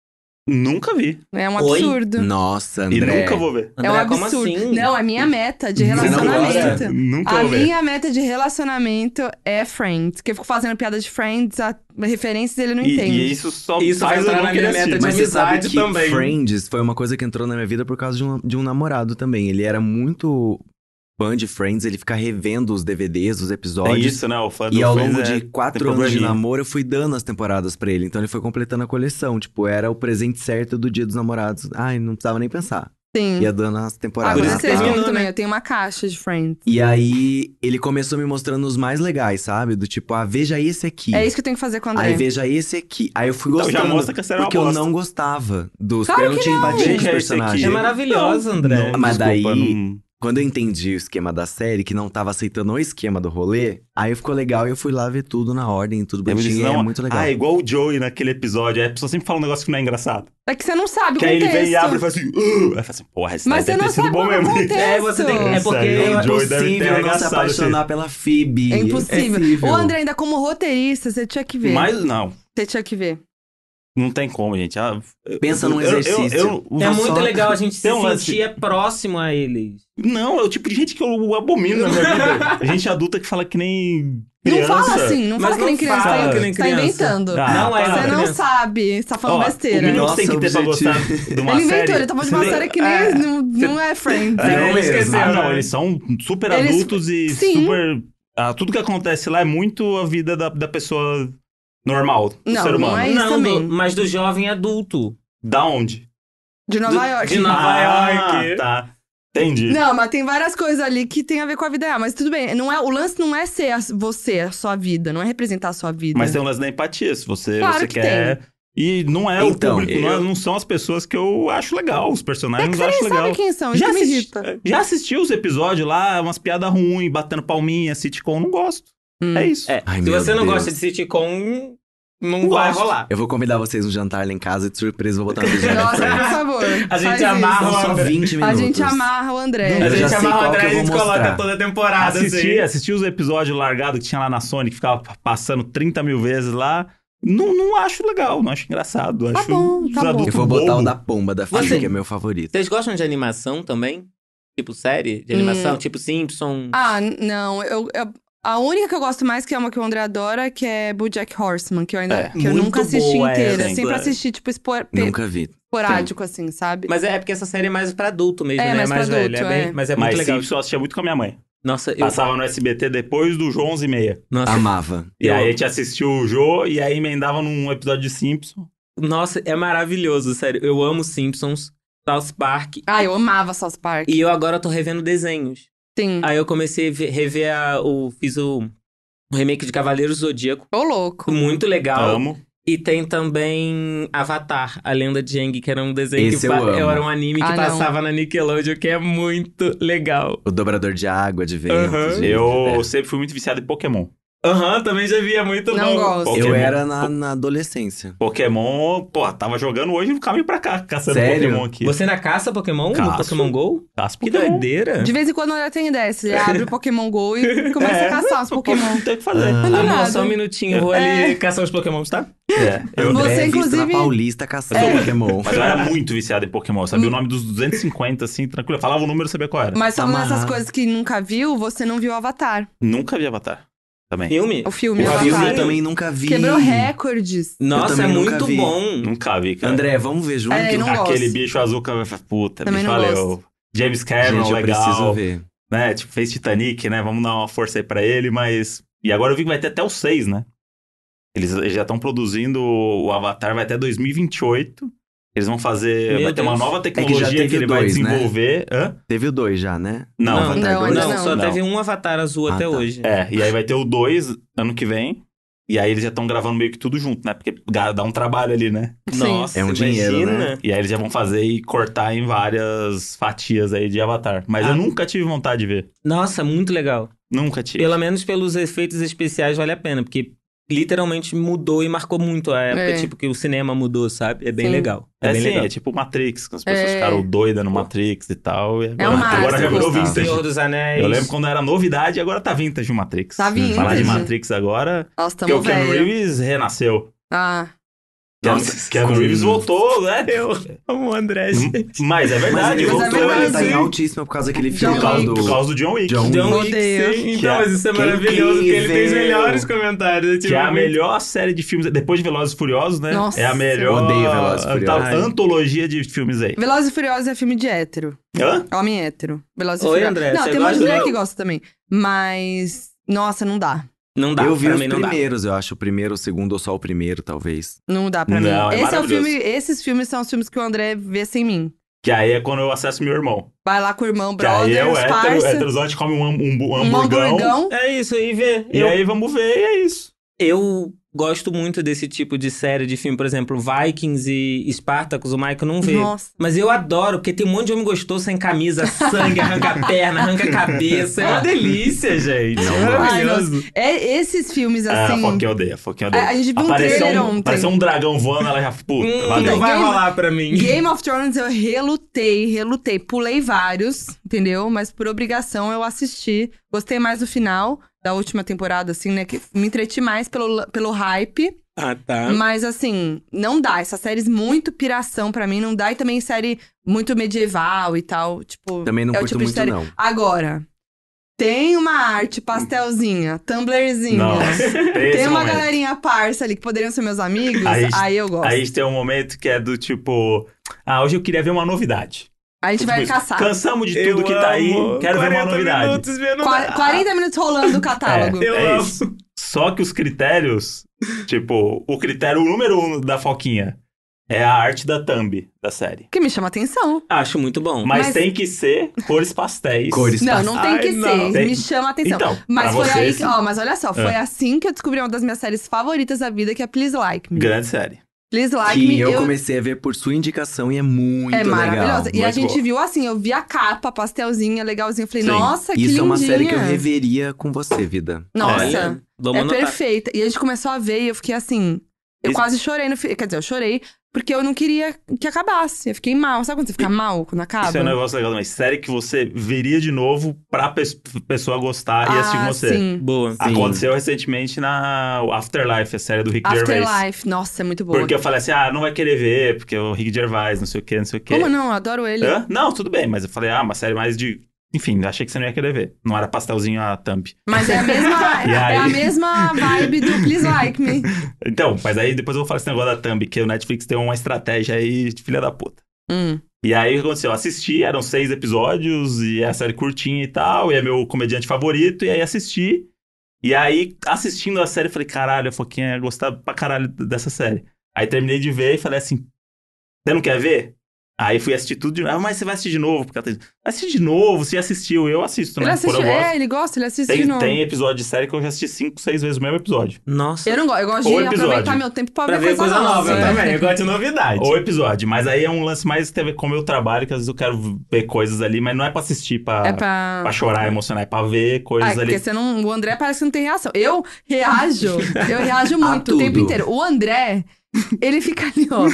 nunca vi. É um Oi? absurdo. Nossa, E André. nunca vou ver. É um André, como absurdo. assim? Não, é minha meta de Você não gosta? relacionamento. Nunca A vou ver. minha meta de relacionamento é Friends. Que eu fico fazendo piada de Friends, a referências ele não E, entende. e isso só Isso vai faz eu entrar não na querer minha meta assistir. de Mas você sabe amizade que também. Friends foi uma coisa que entrou na minha vida por causa de um, de um namorado também. Ele era muito fã de Friends, ele fica revendo os DVDs, os Tem episódios. isso, né? O fã do E ao Friends longo é- de quatro tem anos de probleminha. namoro, eu fui dando as temporadas pra ele. Então ele foi completando a coleção. Tipo, era o presente certo do dia dos namorados. Ai, não precisava nem pensar. Sim. Ia dando as temporadas. Agora de vocês Natal. viram terminou, também, né? eu tenho uma caixa de Friends. E aí, ele começou me mostrando os mais legais, sabe? Do tipo, ah, veja esse aqui. É isso que eu tenho que fazer com o André. Aí veja esse aqui. Aí eu fui Então, já gostando. mostra que essa era uma porque eu bosta. não gostava dos. Claro eu não que tinha empatia Quem dos que é esse aqui? personagens. É maravilhosa, André. Não, Mas desculpa, daí- não- Quando eu entendi o esquema da série, que não tava aceitando o esquema do rolê, aí ficou legal e eu fui lá ver tudo na ordem, tudo Daí me diz, bonitinho. e não, é muito legal. Ah, igual o Joey naquele episódio. Aí a pessoa sempre fala um negócio que não é engraçado. É que você não sabe o que aí ele contexto. vem e abre e faz assim... "Ugh!" Aí fala assim, porra, esse Mas daí deve você não ter sabe sido bom qual é o mesmo. hein? contexto. É, você tem que- é porque- Sério, o é Joey deve ter impossível não se arregaçado, apaixonar pela Phoebe. É impossível. impossível. O André, ainda como roteirista, você tinha que ver. Mas não, Você tinha que ver. não tem como, gente. Ah, eu- Pensa num eu- eu- exercício. eu- eu- É eu muito só- legal a gente se Tem um lance- sentir é próximo a eles. Não, é o tipo de gente que eu abomino na minha vida. gente adulta que fala que nem criança. Não fala assim, não Mas fala que não nem criança. fala tá- que nem tá criança. inventando. Ah, não é, para. você criança. não sabe, você tá falando Ó, besteira. O mínimo que tem que Nossa, ter pra objetivo. gostar de uma ele série... inventou, ele tá falando de uma série que nem não, não é Friends. É, Não, eles- esqueceu, ah, não, né? eles são super Eles- adultos e Sim. super. Ah, tudo que acontece lá é muito a vida da, da pessoa normal, do Não, ser não humano. é isso Não, do, também. mas do jovem adulto. Da onde? De Nova Do- York. de Nova- ah, York. Tá. Entendi. Não, mas tem várias coisas ali que tem a ver com a vida real. Mas tudo bem, não é, o lance não é ser a- você, a sua vida, não é representar a sua vida. Mas tem um lance da empatia, se você, Claro você que quer. E não é Então, o público, não, é- eu- não são as pessoas que eu acho legal, os é personagens que eu você acho nem legal. sabe quem são, isso Já, É que me assisti, irrita. já assistiu os episódios lá, umas piadas ruins, batendo palminha, sitcom, não gosto. Hum. É isso. É, Ai, se meu você não Deus. gosta de sitcom, não Não vai gosto. rolar. Eu vou convidar vocês um jantar lá em casa e de surpresa vou botar um episódio. Nossa, pra por ele. favor. A gente faz isso. Ah, amarra São só 20 minutos. A gente amarra o André. Eu a já gente sei amarra o qual que André e eu a gente vou coloca mostrar. toda a temporada, assisti, assim. assisti os episódios largados que tinha lá na Sony, que ficava passando 30 mil vezes lá. Não, não acho legal, não acho engraçado. Tá acho bom, tá os bom. adultos Eu vou botar bobo. o da pomba da Phoebe, Você- que é meu favorito. Vocês gostam de animação também? Tipo série de animação? Hum. Tipo Simpsons? Ah, n- não, eu, eu- A única que eu gosto mais, que é uma que o André adora, que é BoJack Horseman, que eu ainda É, que eu muito nunca assisti boa inteira. essa, Sempre hein? assisti, tipo, espor- pe- Nunca vi. esporádico, assim, sabe? Mas é porque essa série é mais pra adulto mesmo, É, né? mais pra mais velho. adulto, é bem- é. Mas é muito Mas legal. Simpsons eu assistia muito com a minha mãe. Nossa, eu. Passava no SBT depois do João 11 e meia. Nossa, Amava. E Eu- aí a gente assistiu o Jô e aí emendava num episódio de Simpsons. Nossa, é maravilhoso, sério. Eu amo Simpsons, South Park. Ah, eu amava South Park. E eu agora tô revendo desenhos. Sim. Aí eu comecei a ver- rever a, o. Fiz o, o remake de Cavaleiros do Zodíaco. Ô, louco. Muito legal. Amo. E tem também Avatar, a lenda de Aang, que era um desenho Esse que eu pa- amo. era um anime que Ah, não. passava na Nickelodeon, que é muito legal. O dobrador de água, de vento. Aham. de- Eu sempre fui muito viciado em Pokémon. Aham, também já vi, é muito Não bom. gosto. Eu Pokémon. era na, na adolescência. Pokémon, pô, tava jogando hoje no caminho pra cá, caçando Sério? Pokémon aqui. Você ainda caça Pokémon no Caço. Pokémon GO? Caça Que é Pokémon. doideira. De vez em quando o André tem ideia, ele abre o Pokémon GO e começa a caçar os Pokémon. Não tem o que fazer. Ah. Do Amor, nada. É. só um minutinho, eu vou ali caçar os Pokémons, tá? É, eu- André Você, visto inclusive- É. na Paulista caçando Pokémon. Mas eu era muito viciado em Pokémon. Eu sabia o nome dos 250, assim, tranquilo. Eu falava o número e sabia qual era. Mas falando Amarrar. dessas coisas que nunca viu, você não viu Avatar. Nunca vi Avatar. Também. Filme? O filme O filme Avatar. eu também nunca vi. Quebrou recordes. Nossa, é também nunca muito vi. bom. Nunca vi, cara. André, vamos ver junto? É, eu não Aquele gosto. bicho azul que eu falei, puta, Também bicho, não valeu. James Cameron, Gente, eu é. legal. preciso ver. né? Tipo, fez Titanic, né? Vamos dar uma força aí pra ele, mas. E agora eu vi que vai ter até o 6, né? Eles eles já estão produzindo o Avatar, vai até 2028. Eles vão fazer. Meu vai ter uma Deus. nova É já tecnologia que, teve ele o vai dois, né? desenvolver. Hã? Teve o dois já, né? Não, Não, Avatar não, dois? ainda Não, só Não. teve um avatar azul Ah, até tá. hoje. É, e aí vai ter o 2 ano que vem. E aí eles já estão gravando meio que tudo junto, né? Porque dá dá um trabalho ali, né? Nossa, É um dinheiro, imagina. E aí eles já vão fazer e cortar em várias fatias aí de Avatar. Mas Ah. eu nunca tive vontade de ver. Nossa, muito legal. Nunca tive. Pelo menos pelos efeitos especiais vale a pena, porque literalmente mudou e marcou muito a época, É. tipo, que o cinema mudou, sabe? É bem Sim. legal. É, É, bem assim, legal. é tipo Matrix, que as pessoas É. ficaram doidas no Matrix e tal. E um agora, agora marco. revirou Gostava. vintage. Senhor dos Anéis. Eu lembro quando era novidade e agora tá vintage o Matrix. Tá vintage. Falar de Matrix agora, Nós porque o estamos Ken velho. Reeves renasceu. Ah, Nossa, Ken com- Reeves voltou, né? Eu amo o André, gente. Mas é Mas verdade, né? ele Mas é voltou, verdade, ele tá em sim. altíssima por causa daquele filme Por John lá causa, do... por causa do John Wick. John John Meu Wick, Deus. sim. Que Então, é- mas isso é quem maravilhoso, porque ele tem os viu? melhores comentários. é Tipo, Que é a muito- melhor série de filmes. Depois de Velozes e Furiosos, né? Nossa. é a melhor. Odeio Velozes e anta- Furiosos. Antologia de filmes aí. Velozes e Furiosos é filme de hétero. Hã? Homem hétero. Velozes e Oi, Furiosos. André, não, você tem mais gosta mulher do- que gosta também. Mas, nossa, não dá. Não dá, eu vi pra os mim não dá. primeiros, eu acho. O primeiro, o segundo ou só o primeiro, talvez. Não dá pra Não, é mim. Esse é o maravilhoso. filme, esses filmes são os filmes que o André vê sem mim. Que aí é quando eu acesso meu irmão. Vai lá com o irmão, Que aí brother, é o os hétero, o parça, heterozote come um, ham- um, bu- um hamburgão. hamburgão. É isso, aí vê. E Eu- aí vamos ver, e é isso. Eu gosto muito desse tipo de série, de filme, por exemplo, Vikings e Spartacus, o Michael não vê. Nossa. Mas eu adoro, porque tem um monte de homem gostoso sem camisa, sangue, arranca a perna, arranca a cabeça. É uma delícia, gente. Não, É não. maravilhoso. É, esses filmes, Ah, a assim... Foquinha odeia, a Foquinha odeia. A- a gente viu um trailer um, ontem. então, apareceu um dragão voando, ela já... Puta, Hum, valeu. não vai Game- rolar pra mim. Game of Thrones eu relutei, relutei. Pulei vários, entendeu? Mas por obrigação eu assisti. Gostei mais do final da última temporada, assim, né? Que me entreti mais pelo, pelo hype. Ah, tá. Mas assim, não dá. Essas séries muito piração pra mim, não dá. E também série muito medieval e tal. Tipo, Também não é o curto tipo de muito, série. não. Agora, tem uma arte pastelzinha, tumblerzinha. Nossa, tem esse assim, né? Tem uma momento. galerinha parça ali que poderiam ser meus amigos. Aí Aí, a gente- eu gosto. Aí tem um momento que é do tipo... Ah, hoje eu queria ver uma novidade. a gente Tipo vai isso, caçar. Cansamos de tudo que tá aí, quero ver uma novidade. Qua- 40 minutos rolando o catálogo. Eu Eu amo. amo. Só que os critérios... Tipo, o critério número um da Foquinha é a arte da thumb da série. Que me chama atenção. Acho muito Mas, bom. Hum. Mas- tem que ser cores pastéis. Cores Não, não tem que Ai, ser. tá não. Tem- Me chama atenção. Então, pra mas foi aí vocês, que, ó, mas olha só, foi É. assim que eu descobri uma das minhas séries favoritas da vida, que é Please Like Me. grande série. Please Like que Me, eu, eu- comecei a ver por sua indicação e é muito é maravilhosa. legal. e a muito gente boa. viu assim, eu vi a capa, pastelzinha, legalzinha. Eu falei, Sim. nossa, que Isso lindinha. é uma série que eu reveria com você, vida. Nossa, Olha, vamos é anotar. perfeita. E a gente começou a ver e eu fiquei assim... Eu Esse- quase chorei no fi- Quer dizer, eu chorei porque eu não queria que acabasse. Eu fiquei mal. Sabe quando você fica mal quando acaba? Isso é um negócio legal também. Série que você veria de novo pra pes- pessoa gostar e assistir com ah, você. sim. Boa. Sim. Aconteceu recentemente na Afterlife, a série do Rick Gervais. Afterlife, nossa, é muito boa. Porque eu falei assim, ah, não vai querer ver, porque é o Rick Gervais, não sei o quê, não sei o quê. Como não? Eu adoro ele. Hã? Não, tudo bem, mas eu falei, ah, uma série mais de... Enfim, achei que você não ia querer ver. Não era pastelzinho a thumb. Mas é a mesma, E aí? é a mesma vibe do Please Like Me. Então, mas aí depois eu vou falar esse negócio da thumb, que o Netflix tem uma estratégia aí de filha da puta. Hum. E aí o que aconteceu? Eu assisti, eram seis episódios, e é a série curtinha e tal, e é meu comediante favorito, e aí assisti. E aí, assistindo a série, eu falei, caralho, eu Foquinha ia gostar pra caralho dessa série. Aí terminei de ver e falei assim, você não quer ver? Aí fui assistir tudo de novo. Ah, mas você vai assistir de novo, porque ela tá... Assiste de novo, você assistiu, eu assisto, Ele né? Quando assiste, eu gosto. é, ele gosta, ele assiste de Tem, novo. tem episódio de série que eu já assisti cinco, seis vezes o mesmo episódio. Nossa. Eu não gosto, eu gosto de Ou episódio. aproveitar meu tempo pra, Pra ver coisa nova, eu né? também. Eu gosto de novidade. Ou episódio, mas aí é um lance mais que tem a ver com o meu trabalho, que às vezes eu quero ver coisas ali, mas não é pra assistir, pra, É pra... pra chorar, emocionar, é pra ver Ah, coisas ali. porque você não, o André parece que não tem reação. Eu reajo, eu reajo A muito o tempo tudo. inteiro. O André, ele fica ali, ó.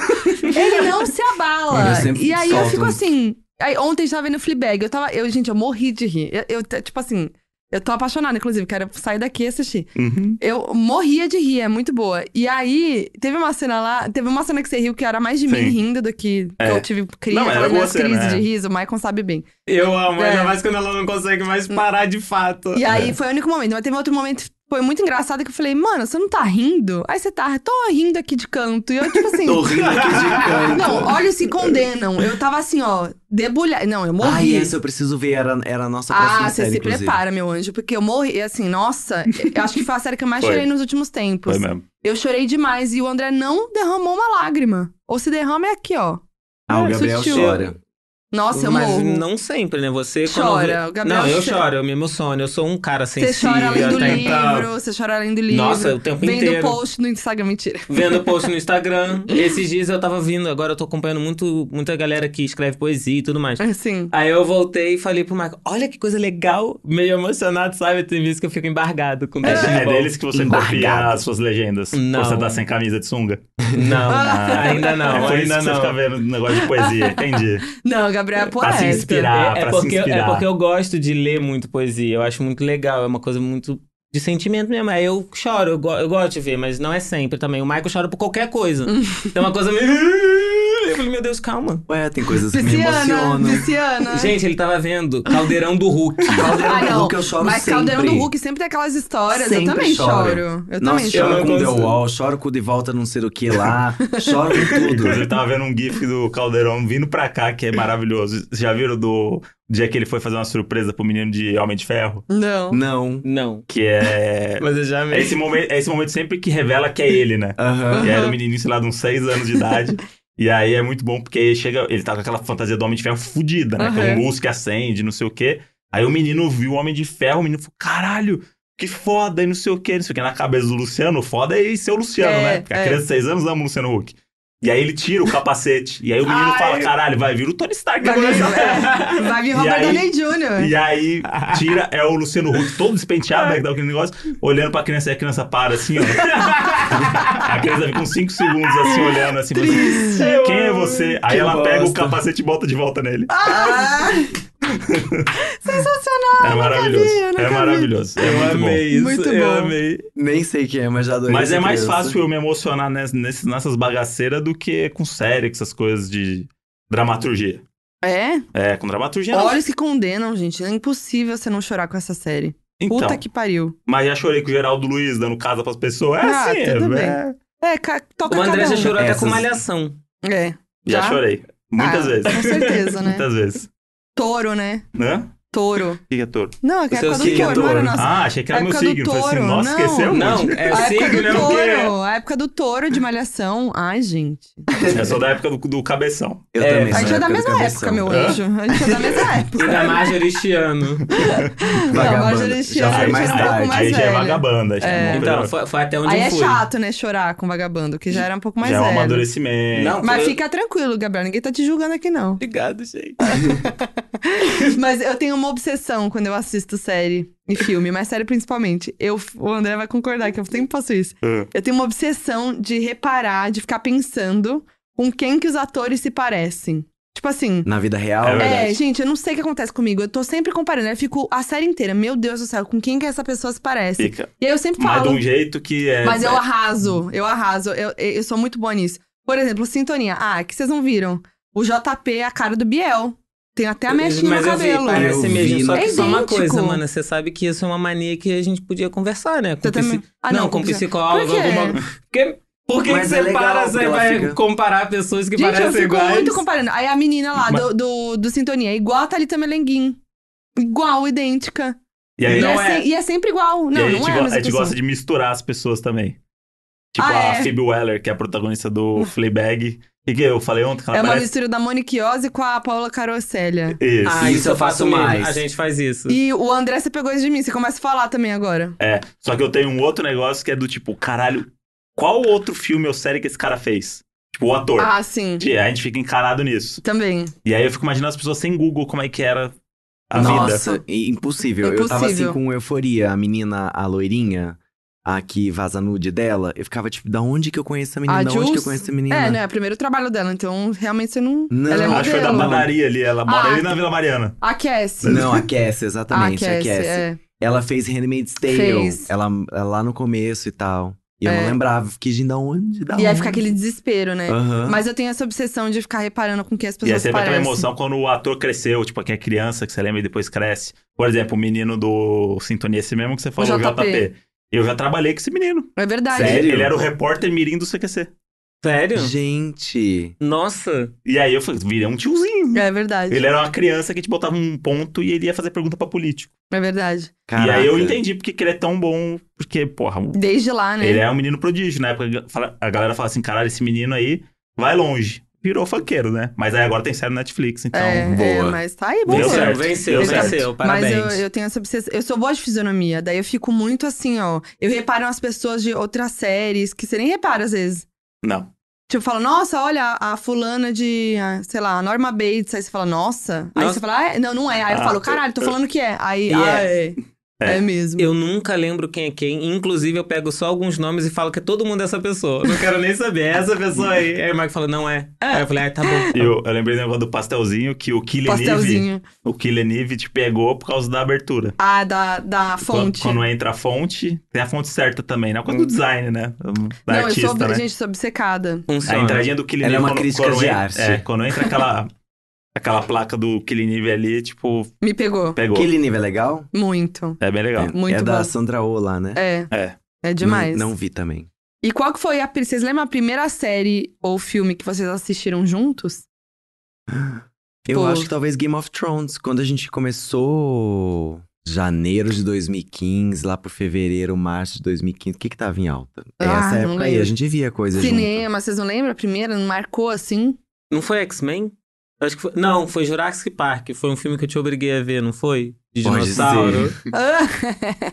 Ele não se abala. Eu sempre E aí eu solto fico um- assim. Aí, ontem a gente tava vendo Fleabag. Eu tava. Eu, gente, eu morri de rir. Eu, eu, tipo assim, eu tô apaixonada, inclusive. Quero sair daqui e assistir. Uhum. Eu morria de rir, é muito boa. E aí, teve uma cena lá, teve uma cena que você riu que era mais de mim Sim. rindo do que, que É. eu tive crise, Não, era aquelas minhas você, crises né? de riso, o Maicon sabe bem. Eu amo, É. Hum. ainda mais quando ela não consegue mais parar de fato. E aí foi o único momento, mas teve outro momento Foi muito engraçado que eu falei, mano, você não tá rindo? Aí você tá, tô rindo aqui de canto. E eu, tipo assim. Tô rindo aqui de canto. Não, olhos se condenam. Eu tava assim, ó, debulhar. Não, eu Ai, morri. essa eu preciso ver. Era, era a nossa próxima ah, você série, se inclusive. prepara, meu anjo, porque eu morri. e Assim, nossa, eu acho que foi a série que eu mais Foi. chorei nos últimos tempos. Foi mesmo. Eu chorei demais e o André não derramou uma lágrima. Ou se derrama é aqui, ó. Ah, o É, Gabriel sutil. chora. Nossa, eu Mas morro. não sempre, né? Você quando vê- Chora, o Gabriel Não, eu cho- choro, eu me emociono. Eu sou um cara Você sensível. chora além do até então. livro, você chora além do livro. Nossa, o tempo Vendo inteiro. post no Instagram, mentira. Vendo post no Instagram. Esses dias eu tava vindo, agora eu tô acompanhando muito, muita galera que escreve poesia e tudo mais. Assim. Aí eu voltei e falei pro Marco, olha que coisa legal, meio emocionado, sabe? Tem vezes que eu fico embargado com o texto de É, volta. deles que você copia Embargado. as suas legendas. Não. Ou Você tá sem camisa de sunga. Não, ainda é não, por isso ainda que você fica não. vendo negócio de poesia, entendi. Não, o Gabriel é poeta. Pra se inspirar, é, é pra porque, se inspirar. é porque eu gosto de ler muito poesia, eu acho muito legal, é uma coisa muito de sentimento mesmo. Aí eu choro, eu, go- eu gosto de ver, mas não é sempre também. O Michael chora por qualquer coisa. então é uma coisa meio. Eu falei, meu Deus, calma. Ué, tem coisas que me Viciana, emocionam. Viciana. Gente, ele tava vendo Caldeirão do Hulk. Caldeirão Ah, do não. Hulk eu choro Mas sempre. Caldeirão do Hulk sempre tem aquelas histórias. eu Sempre também choro. choro. Eu Nossa, também choro. choro Eu com não é The consigo. Wall, choro com De Volta Não Sei O Que Lá, choro com tudo. Inclusive, tava vendo um GIF do Caldeirão vindo pra cá, que é maravilhoso. Vocês já viram do dia que ele foi fazer uma surpresa pro menino de Homem de Ferro? Não. Não. Não. Que é. Mas eu já É esse, momento, é esse momento sempre que revela que é ele, né? Aham. E era um menininho, sei lá, de uns 6 anos de idade. E aí é muito bom porque ele chega, ele tá com aquela fantasia do Homem de Ferro fudida, né? Aham. Com luz que acende, não sei o quê. Aí o menino viu o Homem de Ferro, o menino falou, caralho, que foda, e não sei o quê, não sei o quê. Na cabeça do Luciano, o foda é ele ser o Luciano, É, né? Porque é. a criança de 6 anos ama o Luciano Huck. E aí ele tira o capacete. e aí o menino Ai. fala, caralho, vai vir o Tony Stark Ah, é. Vai agora. vir, é, vai vir E Robert aí- Downey Jr. E aí, tira, é o Luciano Huck todo despenteado, né, que dá aquele negócio, olhando pra criança, e a criança para assim, ó. A criança fica uns 5 segundos assim, olhando assim, pra Triste. você, quem é você? Aí Que ela pega o bosta. capacete e bota de volta nele. Ah! Sensacional. é maravilhoso. vi, eu nunca é vi. maravilhoso. É Eu muito bom. amei isso. Muito eu Tá bom. amei. Nem sei quem é, mas já adorei. Mas essa é mais criança. fácil eu me emocionar ness- nesses- nessas bagaceiras do que com série, com essas coisas de dramaturgia. É? É, com dramaturgia não. Olhos que condenam, gente. É impossível você não chorar com essa série. Então, Puta que pariu. mas já chorei com o Geraldo Luiz dando casa pras pessoas. É Ah, assim, é, tudo bem. é- É, ca- toca O André cada já um. chorou até Essas- com malhação. É. Já, Já? chorei. Muitas Ah, vezes. Com certeza, né? Muitas vezes. Touro, né? Hã? Touro. O que que é touro? Não, é que a seu época do signo é touro, não era touro. nossa. ah, achei que era é meu época do signo. Falei assim, touro. nossa, Não. esqueceu? Não, muito. é a época signo, do é o quê? touro, a época do touro de malhação. Ai, gente. Eu sou da época do, do cabeção. Eu É, também a sou gente é da do mesma cabeção. época, meu Hã? anjo. A gente é da mesma E época. da Marjorie este ano. Não, Vagabanda. mas ele Já chega, foi ele mais já tá um pouco tarde. mais aí já é velho. vagabanda. Já é. uma coisa- Então, foi, foi até onde Aí eu é fui. chato, né, chorar com vagabundo, que já era um pouco mais já é um velho. amadurecimento. Não, Mas foi- fica tranquilo, Gabriel, ninguém tá te julgando aqui, não. Obrigado, gente. Mas eu tenho uma obsessão quando eu assisto série e filme, mas série principalmente. Eu, o André vai concordar que eu sempre faço isso. Hum. Eu tenho uma obsessão de reparar, de ficar pensando com quem que os atores se parecem. Tipo assim, Na vida real, É verdade. é, gente, eu não sei o que acontece comigo. Eu tô sempre comparando. Eu fico a série inteira, meu Deus do céu, com quem que essa pessoa se parece? Fica. E aí eu sempre Mas de falo. um jeito que é. Mas né? eu arraso, eu arraso. Eu, eu sou muito boa nisso. Por exemplo, Sintonia. Ah, que vocês não viram. O JP é a cara do Biel. Tem até a mechinha Mas no eu vi, cabelo. parece Eu mesmo. vi, Só que né? só uma Idêntico. coisa, mano. Você sabe que isso é uma mania que a gente podia conversar, né? Com Você psi- também. Ah, não, com como que- psicólogo, Por quê? alguma. Porque, por que, Mas que é você legal, para, você porque ela vai fica- comparar pessoas que Gente, parecem eu fico iguais? muito comparando. Aí a menina lá do, do, do Sintonia é igual a Thalita Melenguin. Igual, idêntica. E aí, e, Não é é. tipo, se- e é sempre igual. Não, e aí a não gente, é go- a a mesma gente pessoa. gosta de misturar as pessoas também. Tipo Ah, a é. Phoebe Weller, que é a protagonista do Fleabag. E que eu falei ontem que ela É uma parece. mistura da Monique Ozzy com a Paula Carosselli. Isso. Ah, isso, eu faço mais. mais. A gente faz isso. E o André, você pegou isso de mim. Você começa a falar também agora. É. Só que eu tenho um outro negócio que é do tipo, caralho, qual outro filme ou série que esse cara fez? Tipo, o ator. Ah, sim. E A gente fica encarado nisso. Também. E aí eu fico imaginando as pessoas sem Google, como é que era a vida. Nossa, i- impossível. Eu tava assim Impossível. com euforia. A menina, a loirinha, a que vaza nude dela. Eu ficava tipo, da onde que eu conheço a menina? A da onde que Jules? eu conheço essa menina? É, né? É o primeiro trabalho dela, então realmente você não. Não. ela é Acho que foi da modelo. padaria ali, ela mora ali na Vila Mariana. Aquece. Não, aquece, exatamente, aquece. aquece. É. Ela fez Handmaid's Tale. Fez. Ela, ela lá no começo e tal. E eu É. não lembrava. Fiquei, gente, da onde? Da E aí um onde? fica aquele desespero, né? Aham. Mas eu tenho essa obsessão de ficar reparando com que as E aí pessoas você se vê aquela parecem. emoção quando o ator cresceu, tipo, aqui é criança que você lembra e depois cresce. Por exemplo, o menino do Sintonia, esse mesmo que você falou, o JP. JP. Eu já trabalhei com esse menino. É verdade. Sério? Ele era o repórter mirim do CQC. Sério? Gente. Nossa. E aí eu falei, virei um tiozinho. É verdade. Ele era uma criança que te botava um ponto e ele ia fazer pergunta pra político. É verdade. E aí eu caraca. entendi porque que ele é tão bom. Porque, porra, o- Desde lá, né? ele é um menino prodígio. Na época fala- a galera fala assim, caralho, esse menino aí vai longe. Virou funkeiro, né? Mas aí agora tem série Netflix, então... é, boa. é, mas tá aí, bom. Deu ver. certo. venceu, Deu certo. venceu. Mas Parabéns. eu, eu tenho essa obsessão. Eu sou boa de fisionomia, daí eu fico muito assim, ó. Eu reparo as pessoas de outras séries que você nem repara às vezes. Não. Tipo, fala, nossa, olha a fulana de, ah, sei lá, a Norma Bates. Aí você fala, nossa. Aí Nossa. você fala, ah, é? não, não é. Aí eu Ah, falo, caralho, tô falando que é. Aí, E ah, é. É, mesmo. Eu nunca lembro quem é quem. Inclusive, eu pego só alguns nomes e falo que todo mundo é essa pessoa. Não quero nem saber. É essa pessoa aí. Aí o Marco fala, não é. Aí eu falei, ah, tá bom. E Eu, eu lembrei do negócio do pastelzinho que o Killian Nive... Pastelzinho. O Killian Nive te pegou por causa da abertura. Ah, da, da fonte. Hum. Quando, quando entra a fonte, tem a fonte certa também, né? Por causa do design, né? Da não, artista, eu sou, né? gente, né? sou obcecada. A Funciona. entradinha do Killing Ela é uma quando, crítica quando de entra- arte. É, quando entra aquela, aquela placa do Killing Eve ali, tipo, Me pegou. pegou. Aquele nível é legal? Muito. É bem legal. É, Muito é da bom. Sandra Oh lá, né? É. É. É demais. Não, não vi também. E qual que foi a. pri- Vocês lembram a primeira série ou filme que vocês assistiram juntos? Eu Pô. acho que talvez Game of Thrones, quando a gente começou janeiro de 2015, lá pro fevereiro, março de 2015, o que que tava em alta? É Ah, Essa não época aí, lembro. a gente via coisa junto. Cinema, vocês não lembram a primeira? Não marcou assim? Não foi X-Men? Eu Acho que foi... Não, foi Jurassic Park. Foi um filme que eu te obriguei a ver, não foi? De Pode dinossauro. Ah,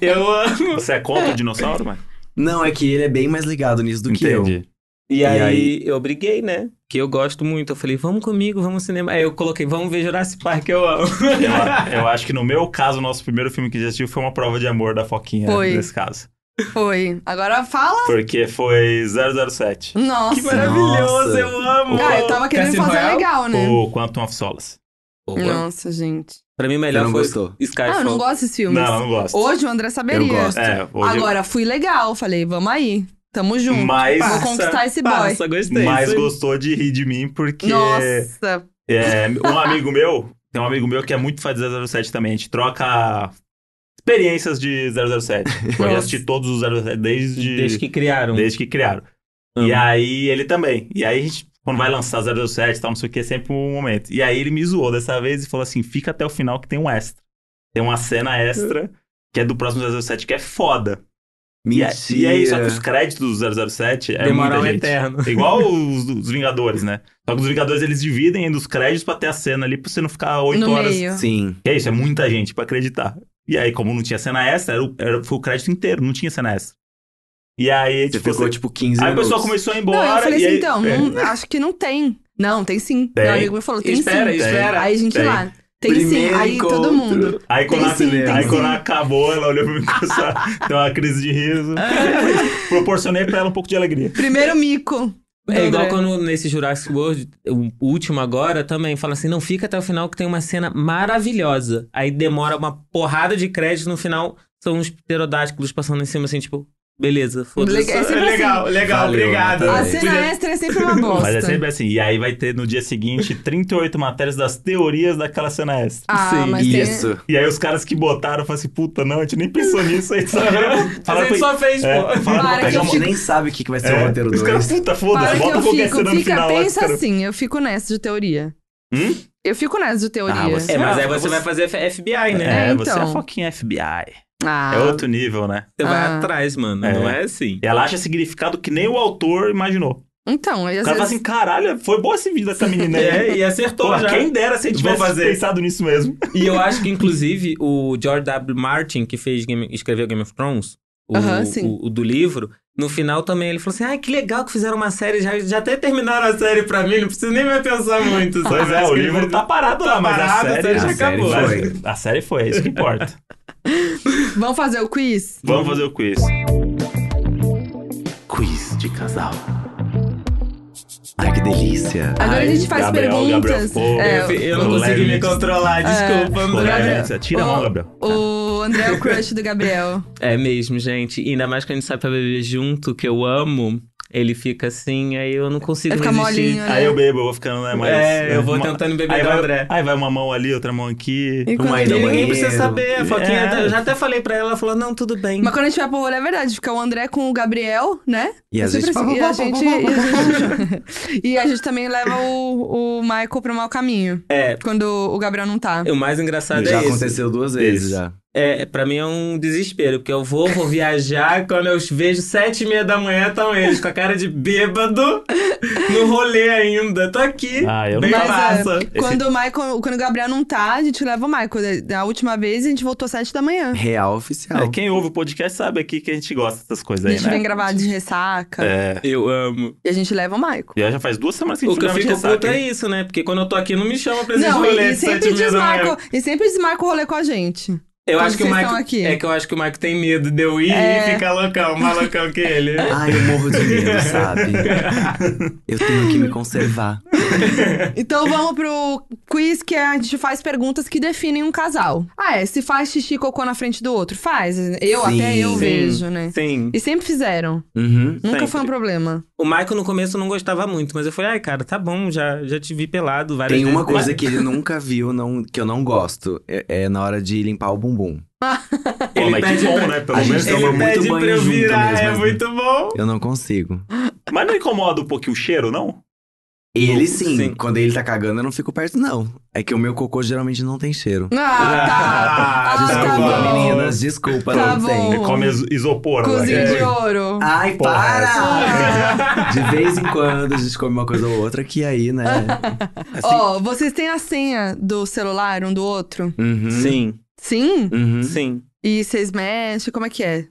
Eu amo. Você é contra o dinossauro, mano? Não, é que ele é bem mais ligado nisso do que eu. E, E aí, aí? eu briguei, né? Que eu gosto muito. Eu falei, vamos comigo, vamos ao cinema. Aí eu coloquei, vamos ver Jurassic Park, eu amo. Eu, a- eu acho que no meu caso, o nosso primeiro filme que a gente assistiu foi uma prova de amor da Foquinha, Foi. nesse caso. foi. Agora fala. Porque foi 007. Nossa. Que maravilhoso, Nossa. eu amo. Ah, eu tava querendo Cassino fazer Royale? legal, né? O Quantum of Solace. Boa. Nossa, gente. Pra mim, Você melhor não foi gostou? Skyfall. Ah, eu não gosto desses filmes. Não, ela não gosta. Hoje o André saberia. Eu gosto. É, hoje eu- Agora, fui legal. Falei, vamos aí. Tamo junto. Ah, Mas- Vou conquistar esse boy. Passa, gostei. Mas Isso aí. gostou de rir de mim porque... Nossa. É, um amigo meu, tem um amigo meu que é muito fã de 007 também. A gente troca experiências de 007. Eu já assisti todos os 007 desde, Desde que criaram. desde que criaram. E aí ele também. E aí a gente, quando vai lançar 007 e tal, não sei o que, é sempre um momento. E aí ele me zoou dessa vez e falou assim: fica até o final que tem um extra. Tem uma cena extra que é do próximo 007 que é foda. E aí, Mentira. e aí, só que os créditos do 007 é Demorar muita um gente. eterno. Igual os, os Vingadores, né? Só que os Vingadores eles dividem ainda os créditos pra ter a cena ali pra você não ficar oito No horas. meio. Sim. Que é isso, é muita gente pra acreditar. E aí, como não tinha cena extra, era o, era- foi o crédito inteiro, não tinha cena extra. E aí, Você tipo, ficou você- tipo 15 aí o minutos. pessoal começou a ir embora. Não, eu falei e assim, aí- então, é. não- acho que não tem. Não, tem sim. Tem. Meu amigo me falou, tem Espera, sim. espera. Aí a gente Tem. lá. Tem Primeiro sim. Aí encontro. todo mundo. Aí quando, Tem ela- sim, tem aí, quando sim. ela acabou, ela olhou pra mim com essa, deu "Ah, uma crise de riso. Proporcionei pra ela um pouco de alegria. Primeiro mico. É igual André. quando nesse Jurassic World, o último agora também, fala assim: não fica até o final que tem uma cena maravilhosa. Aí demora uma porrada de crédito, no final são uns pterodáctilos passando em cima, assim, tipo, beleza, foda-se. Legal, é sempre legal, legal, Valeu, obrigado. Natália. A Podia- cena extra é sempre uma bosta. Mas é sempre assim. E aí vai ter no dia seguinte 38 matérias das teorias daquela cena extra. Ah, Sim. mas tem... Isso. E aí os caras que botaram falaram assim, puta, não, a gente nem pensou nisso aí. Sabe? Mas Falaram ele pra- só fez, É, pô. falaram pra Para que pegar eu A uma- gente nem sabe o que que vai ser o É, roteiro Os 2. caras, puta, Para foda-se, que bota eu qualquer fico, cena no fica, final. lá, os pensa caras- assim, eu fico nessa de teoria. Hum? Eu fico nessa de teoria. Ah, você- É, mas aí Não, você você- vai fazer F- FBI, né? É, É, você é então. foquinha FBI. Ah, É outro nível, né? Você vai Ah. atrás, mano. É. Não é assim. Ela acha significado que nem o autor imaginou. Então, aí O às cara fala vezes... assim, caralho, foi bom esse vídeo dessa menina aí. É, e acertou Pô, já. quem dera se a gente Vou tivesse fazer. pensado nisso mesmo. E eu acho que, inclusive, o George W. Martin, que fez Game, escreveu Game of Thrones, o, Aham, sim. o- o do livro, no final também ele falou assim: ai, que legal que fizeram uma série, já, já até terminaram a série pra mim, não preciso nem me pensar muito. sabe? Pois é, Acho o que ele livro vai- tá parado lá, tá mas parado, a a série série já acabou. mas A série foi, é isso que importa. Vamos fazer o quiz? Vamos fazer o quiz. Quiz de casal. Ai, que delícia. Agora Ai, a gente faz Gabriel, perguntas. Gabriel, pô, É, Eu, fi- eu não Leve consegui me antes. controlar, desculpa, André. Gabriel, Tira a mão, Gabriel. o André é o crush do Gabriel. É mesmo, gente. E ainda mais que a gente sai pra beber junto, que eu amo. Ele fica assim, aí eu não consigo Vai ficar resistir. molinho, né? Aí eu bebo, eu vou ficando, né? Mais, é, eu vou uma- tentando beber Aí do vai, André. aí vai uma mão ali, outra mão aqui. E quando Uma ele- ida ao Ninguém banheiro. precisa saber, a Foquinha, É. até- eu já até falei pra ela, ela falou, não, tudo bem. Mas quando a gente vai pro rolê, é verdade. Fica o André com o Gabriel, né? E É às vezes... sempre assim. E a gente... E a gente, e a gente também leva o, o Michael pro mau caminho. É. Quando o Gabriel não tá. O mais engraçado Já é isso. aconteceu duas vezes Esse. já. É, pra mim é um desespero, porque eu vou, vou viajar, quando eu os vejo sete e meia da manhã, estão eles com a cara de bêbado, no rolê ainda. Tô aqui, Ah, eu não bem tava. massa. Esse- Quando, o Michael, quando o Gabriel não tá, a gente leva o Michael. Da última vez, a gente voltou às sete da manhã. Real oficial. É, quem ouve o podcast sabe aqui que a gente gosta dessas coisas a aí, gente né? vem gravar de ressaca. É. Eu amo. E a gente leva o Michael. E aí já faz duas semanas que a O gente que eu grava fico um ressaca, puto é hein? isso, né? Porque quando eu tô aqui, não me chama pra esses Não, e- rolês e, de sete sempre e meia da manhã. desmarca, e sempre desmarca o rolê com a gente. Eu quando acho que o vocês Maico, estão aqui. É que eu acho que o Maico tem medo de eu ir É. e ficar loucão, mais loucão que ele. Ai, eu morro de medo, sabe? Eu tenho que me conservar. É. Então vamos pro quiz que é, a gente faz perguntas que definem um casal. Ah, é. Se faz xixi e cocô na frente do outro? Faz. Eu, Sim. até eu Sim. vejo, né? Sim. E sempre fizeram. Uhum. Nunca Sempre. foi um problema. O Maico no começo não gostava muito, mas eu falei, ai, cara, tá bom, já, já te vi pelado várias Tem uma vezes." coisa que ele nunca viu, não, que eu não gosto. É, é na hora de limpar o bumbum. Pô, Ele mas pede que bom, pra- né? Pelo a menos gente é uma Ele muito pede banho pra eu junto virar, mesmo, é né? muito bom. Eu não consigo. Mas não incomoda um pouquinho o cheiro, não? Ele sim, Sim. quando ele tá cagando, eu não fico perto, não. É que o meu cocô geralmente não tem cheiro. Ah, tá. Ah, Ah, tá Desculpa, bom. meninas, desculpa, Tá não É, bom. tem. Come is- isopor. né? Cozinha É. de ouro. Ai, Porra, para! De vez em quando a gente come uma coisa ou outra, que aí, né? Assim Ó, vocês têm a senha do celular um do outro? Uhum. Sim, Sim? Uhum. sim. E vocês mexem? Como é que é?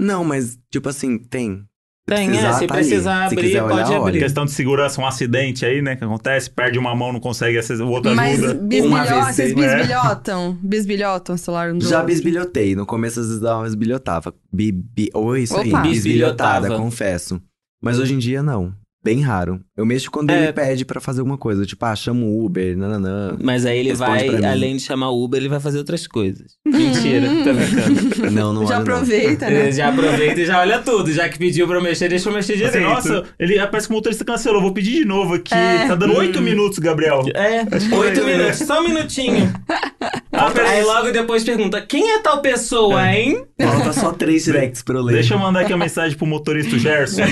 Não, mas, tipo assim, tem. Tem, é, se tá precisar ali. Se abrir, quiser olhar, pode Em olha. abrir. Questão de segurança, um acidente aí, né? Que acontece, perde uma mão, não consegue acessar, o outro Mas ajuda. Uma bisbilho... vez vocês sim, né? bisbilhotam? Bisbilhotam o celular um do Já outro? bisbilhotei. No começo, às vezes, dava uma esbilhotava. Bi, bi, ou isso aí, Opa. bisbilhotada, Bisbilhotava. confesso. Mas hoje em dia, não. Bem raro. Eu mexo quando É. ele pede pra fazer alguma coisa. Tipo, ah, chama o Uber, nananã. Mas aí ele Responde pra vai, mim. além de chamar o Uber, ele vai fazer outras coisas. Mentira, tô brincando. Não, não Já olho, não. aproveita, né? Ele já aproveita e já olha tudo. Já que pediu pra eu mexer, deixa eu mexer Assim, direito. Nossa, ele parece que o motorista cancelou, vou pedir de novo aqui. É. Tá dando Hum. oito minutos, Gabriel. É, oito minutos, só um minutinho. Ah, Aí peraí. logo depois pergunta, quem Tá é tal pessoa, hein? Falta tá só três directs pra eu ler. Deixa eu mandar aqui a mensagem pro motorista Gerson.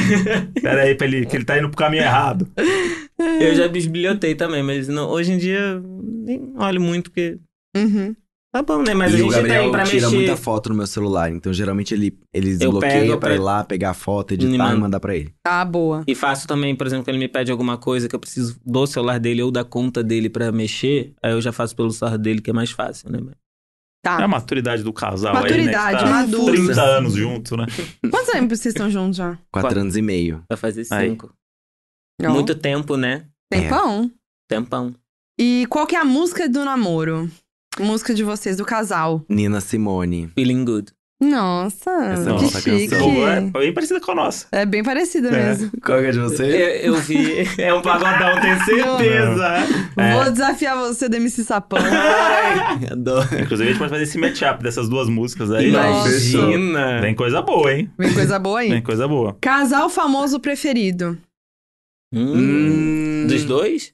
Pera aí, pra ele, que ele tá indo pro caminho errado. Eu já bisbilhotei também, mas não- hoje em dia nem olho muito, porque Uhum. tá bom, né? Mas a e o gente Gabriel tem pra tira mexer. muita foto no meu celular. Então, geralmente, ele, ele pego desbloqueia pra pra- ir lá, pegar a foto, editar Me e manda. mandar pra ele. Ah, boa. E faço também, por exemplo, quando ele me pede alguma coisa que eu preciso do celular dele ou da conta dele pra mexer, aí eu já faço pelo celular dele, que é mais fácil, né? É a Tá. maturidade do casal Maturidade, aí, né? que tá madura. 30 anos junto, né? Quantos anos vocês estão juntos já? Quatro, Quatro. anos e meio. Pra fazer Aí. cinco. Ó, Muito tempo, né? Tempão. Tempão. E qual que é a música do namoro? Música de vocês, do casal. Nina Simone. Feeling good. Nossa, Essa que nossa chique. canção. Boa, é bem parecida com a nossa. É bem parecida É. mesmo. Qual que é de Eu, você? eu vi. É um pagodão, tenho certeza. É. Vou desafiar você, DMC Sapão. Adoro. Inclusive, a gente pode fazer esse matchup dessas duas músicas aí. Nossa. Imagina. Tem coisa boa, hein? Vem coisa boa aí. Tem coisa boa. Casal famoso preferido. Hum. Hum, Dos dois?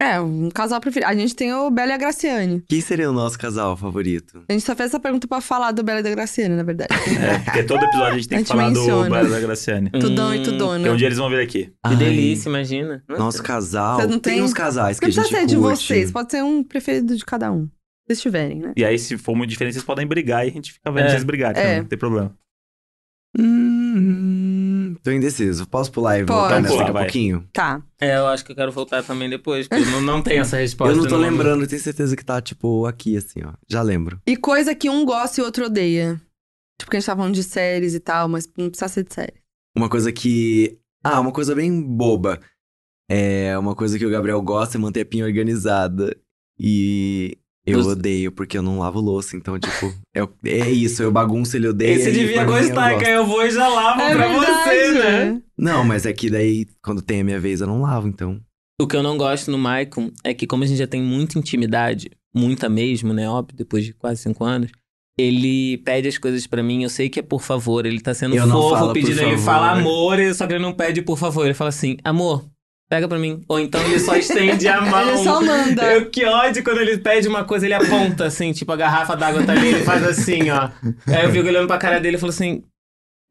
É, um casal preferido. A gente tem o Bela e a Graciane. Quem seria o nosso casal favorito? A gente só fez essa pergunta pra falar do Bela e da Graciane, na verdade. É, porque todo episódio a gente tem A que gente falar menciona. do Belo da Graciane. Tudão e Hum, Porque um Tudona. dia eles vão vir aqui. Que Ai, delícia, imagina. Nosso casal. Você não tem... tem- uns casais que Não a gente precisa ser de curte. vocês, pode ser um preferido de cada um. Se vocês tiverem, né? E aí, se for muito diferente, vocês podem brigar e a gente fica vendo É. vocês brigarem. também, É. Não tem problema. Hum, tô indeciso. Posso pular e Pode. voltar Então nessa pula, daqui a vai. pouquinho? Tá. É, eu acho que eu quero voltar também depois, porque eu não, não né? tenho essa resposta. eu não tô no momento. lembrando, eu tenho certeza que tá, tipo, aqui, assim, ó. Já lembro. E coisa que um gosta e o outro odeia. Tipo, que a gente tá falando de séries e tal, mas não precisa ser de série. Uma coisa que. Ah, uma coisa bem boba. É uma coisa que o Gabriel gosta é manter a pinha organizada. E eu Dos- odeio, porque eu não lavo louça. Então, tipo, é, é isso, eu bagunço, ele odeia. Esse e devia pra mim, eu gostar, gosto. que aí eu vou e já lavo É pra você, né? Não, mas é que daí, quando tem a minha vez, eu não lavo, então. O que eu não gosto no Maicon é que, como a gente já tem muita intimidade, muita mesmo, né? Óbvio, depois de quase cinco anos, Ele pede as coisas pra mim, eu sei que é por favor. Ele tá sendo Eu não fofo, falo por pedindo. favor. Ele né? fala amor, ele- só que ele não pede por favor. Ele fala assim, amor, pega pra mim. Ou então ele só estende a mão. Ele só manda. Eu que ódio quando ele pede uma coisa, ele aponta assim, tipo a garrafa d'água tá ali, ele faz assim, ó. Aí eu fico olhando pra cara dele e falo assim: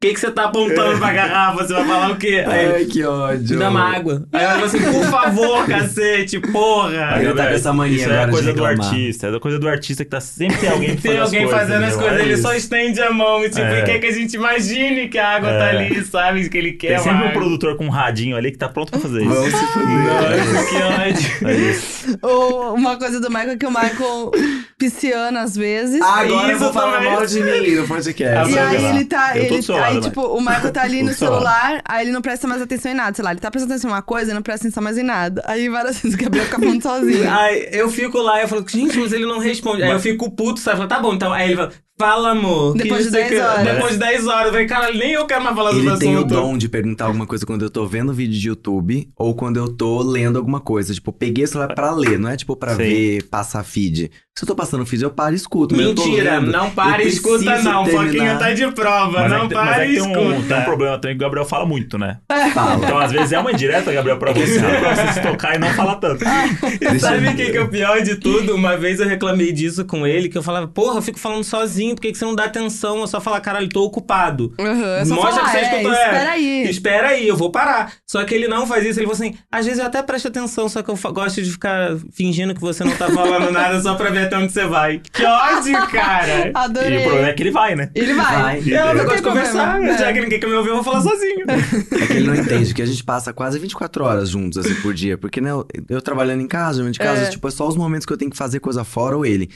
O que, que você tá apontando pra garrafa? Você vai falar o quê? Aí ele, Ai, que me ódio. dá uma água. Aí eu falo assim: Por favor, cacete, porra. Aí ele tá com essa mania Isso é agora a de coisa do reclamar. artista. É a coisa do artista que tá sempre tem alguém que Tem faz as alguém coisas, fazendo as entendeu? coisas, É ele só isso. estende a mão, e tipo, É. e quer que a gente imagine que a água tá É. ali, sabe? Que é ele quer. Tem sempre uma um água. produtor com um radinho ali que tá pronto pra fazer Vamos isso. se fuder. É Nossa, que ódio. É isso. Ou uma coisa do Michael que o Michael pisciana às vezes. Agora eu Isso vou falar também. mal de mim no podcast. Ah, E vai aí lá. ele tá. Eu tô Ele, do seu lado, aí, Mike. tipo, o Michael tá ali Tô no do seu lado. celular, aí ele não presta mais atenção em nada. Sei lá, ele tá prestando atenção em uma coisa e não presta atenção mais em nada. Aí várias vezes o Gabriel fica falando sozinho. Aí eu fico lá, eu falo, gente, mas ele não responde. Aí eu fico puto, sabe? Eu falo, tá bom, então. Aí ele fala, fala, amor. que Depois de não sei o 10 que- horas. Depois de 10 horas. Eu falei, cara, nem eu quero mais falar sobre Ele tem o assunto. dom de perguntar alguma coisa quando eu tô vendo vídeo de YouTube ou quando eu tô lendo alguma coisa. Tipo, eu peguei o celular pra ler, não é tipo pra Sim. ver, passar feed. Se eu tô passando feed, eu paro e escuto. mas eu tô Mentira, lendo. não para e Eu escuta, preciso não. terminar. Foquinha tá de prova. Mas, não é que, mas para é e que tem um, escuta. tem um problema também que o Gabriel fala muito, né? Fala. Então, às vezes é uma indireta, Gabriel, pra você, pra você se tocar e não falar tanto. E Sabe Deixa o eu que, ver. que é o pior de tudo? Uma vez eu reclamei disso com ele, que eu falava, porra, eu fico falando sozinho, por que, que você não dá atenção? Eu só falo, caralho, tô ocupado. Uhum, é só Mostra falar, que você é, escutou, é. espera aí. Espera aí, eu vou parar. Só que ele não faz isso, ele falou assim, às vezes eu até presto atenção, só que eu fa- gosto de ficar fingindo que você não tá falando nada só pra ver até onde você vai. Que ódio, cara! Ah, É, E o Adorei. problema é que ele vai, né? Ele vai. Vai. Eu não tem gosto de problema, conversar, né? já que ninguém quer me ouvir, eu vou falar sozinho. É que ele não entende que a gente passa quase 24 horas juntos, assim, por dia. Porque, né, eu, eu trabalhando em casa, eu de casa, É. tipo, é só os momentos que eu tenho que fazer coisa fora ou ele.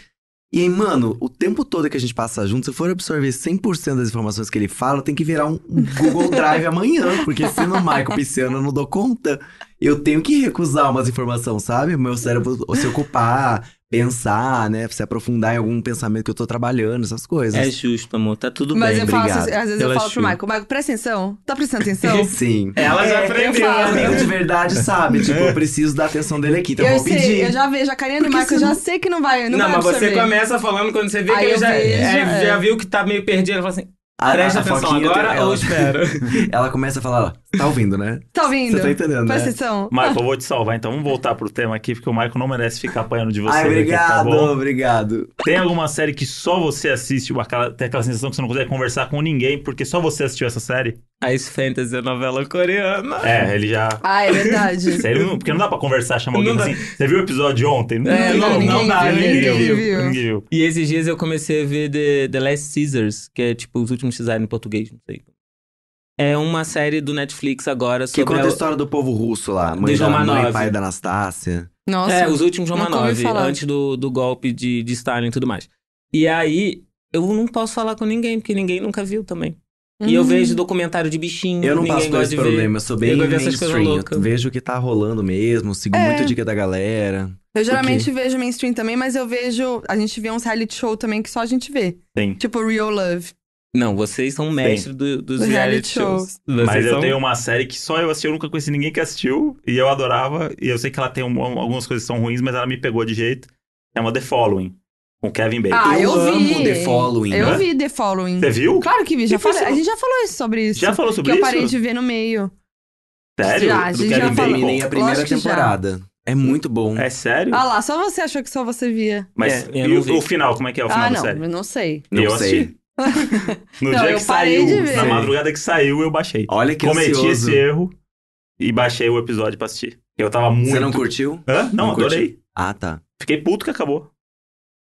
E aí, mano, o tempo todo que a gente passa junto, se eu for absorver 100% das informações que ele fala, tem que virar um Google Drive amanhã. Porque sendo o Michael Pisciano, eu não dou conta. Eu tenho que recusar umas informações, sabe? Meu cérebro se ocupar, pensar, né? Se aprofundar em algum pensamento que eu tô trabalhando, essas coisas. justo, amor, tá tudo Mas eu falo, obrigado assim, às vezes eu pela falo pro chuva. Michael, Michael, presta atenção. Tá prestando atenção? Então, Sim. Ela já É, eu aprendeu. falo. Amigo de verdade sabe, tipo, eu preciso da atenção dele aqui, então eu eu vou sei, pedir. eu já vejo a carinha do Porque Michael, eu já sei que não vai. Não, Não, vai mas absorver. você começa falando quando você vê que Aí ele eu já, vejo, é, é. já viu que tá meio perdido. Ele fala assim: A- a- presta a atenção Foquinha agora tem- ou ela- espero? Ela começa a falar, ó, tá ouvindo, né? Tá ouvindo? Você tá entendendo, Presta né? atenção. Michael, eu vou te salvar, então vamos voltar pro tema aqui, porque o Michael não merece ficar apanhando de você. Ai, daqui, obrigado, tá bom? obrigado. Tem alguma série que só você assiste, tipo, aquela- tem aquela sensação que você não consegue conversar com ninguém, porque só você assistiu essa série? Ice Fantasy é novela coreana. É, ele já. Ah, é verdade. Sério, não- porque não dá pra conversar, chamar Não alguém dá. assim. Você viu o episódio ontem? É, não, não dá, ninguém viu. Ninguém viu. E esses dias eu comecei a ver The, The Last Caesars, que é tipo os últimos Caesar em português, não sei. É uma série do Netflix agora Que sobre. conta a a- história do povo russo lá. Mãe De da mãe Romanov. e pai da Anastácia. Nossa. É, os últimos nunca ouvi Romanov, falar. antes do, do golpe de, de Stalin e tudo mais. E aí, eu não posso falar com ninguém, porque ninguém nunca viu também. E eu Hum. vejo documentário de bichinho. Eu não Hum, ninguém passo por gosta esse de ver. problema, eu sou bem Eu gosto dessas coisas mainstream. Eu loucas. vejo o que tá rolando mesmo, sigo É. muito dica da galera. Eu geralmente vejo mainstream também, mas eu vejo. A gente vê uns reality show também que só a gente vê. Sim. Tipo Real Love. Não, vocês são mestres do- dos Dos reality, reality shows. shows. Vocês Mas eu são- tenho uma série que só eu assisti, eu nunca conheci ninguém que assistiu, e eu adorava, e eu sei que ela tem um- algumas coisas que são ruins, mas ela me pegou de jeito. Chama The Following, com Kevin Bacon. Ah, eu, vi. amo The Following, Eu né? vi The Following. Você viu? Claro que vi. Já Você falei- a pensou? gente já falou isso sobre isso. Já falou que sobre eu isso? parei de ver no meio. Sério? Já, a Do gente já Kevin falou. Bacon? Terminei a primeira Lógico que já. temporada. É muito bom. É sério? Ah lá, só você achou que só você via. Mas É, eu e não o, vi. o final, como é que é o final ah, da não, série? eu não sei. Não eu sei. assisti. No Não, dia eu que parei saiu, de ver. na madrugada que saiu, eu baixei. Olha que Cometi ansioso. esse erro e baixei o episódio pra assistir. Eu tava muito. Você não curtiu? Hã? Não, Não curtiu? adorei. Ah, tá. Fiquei puto que acabou.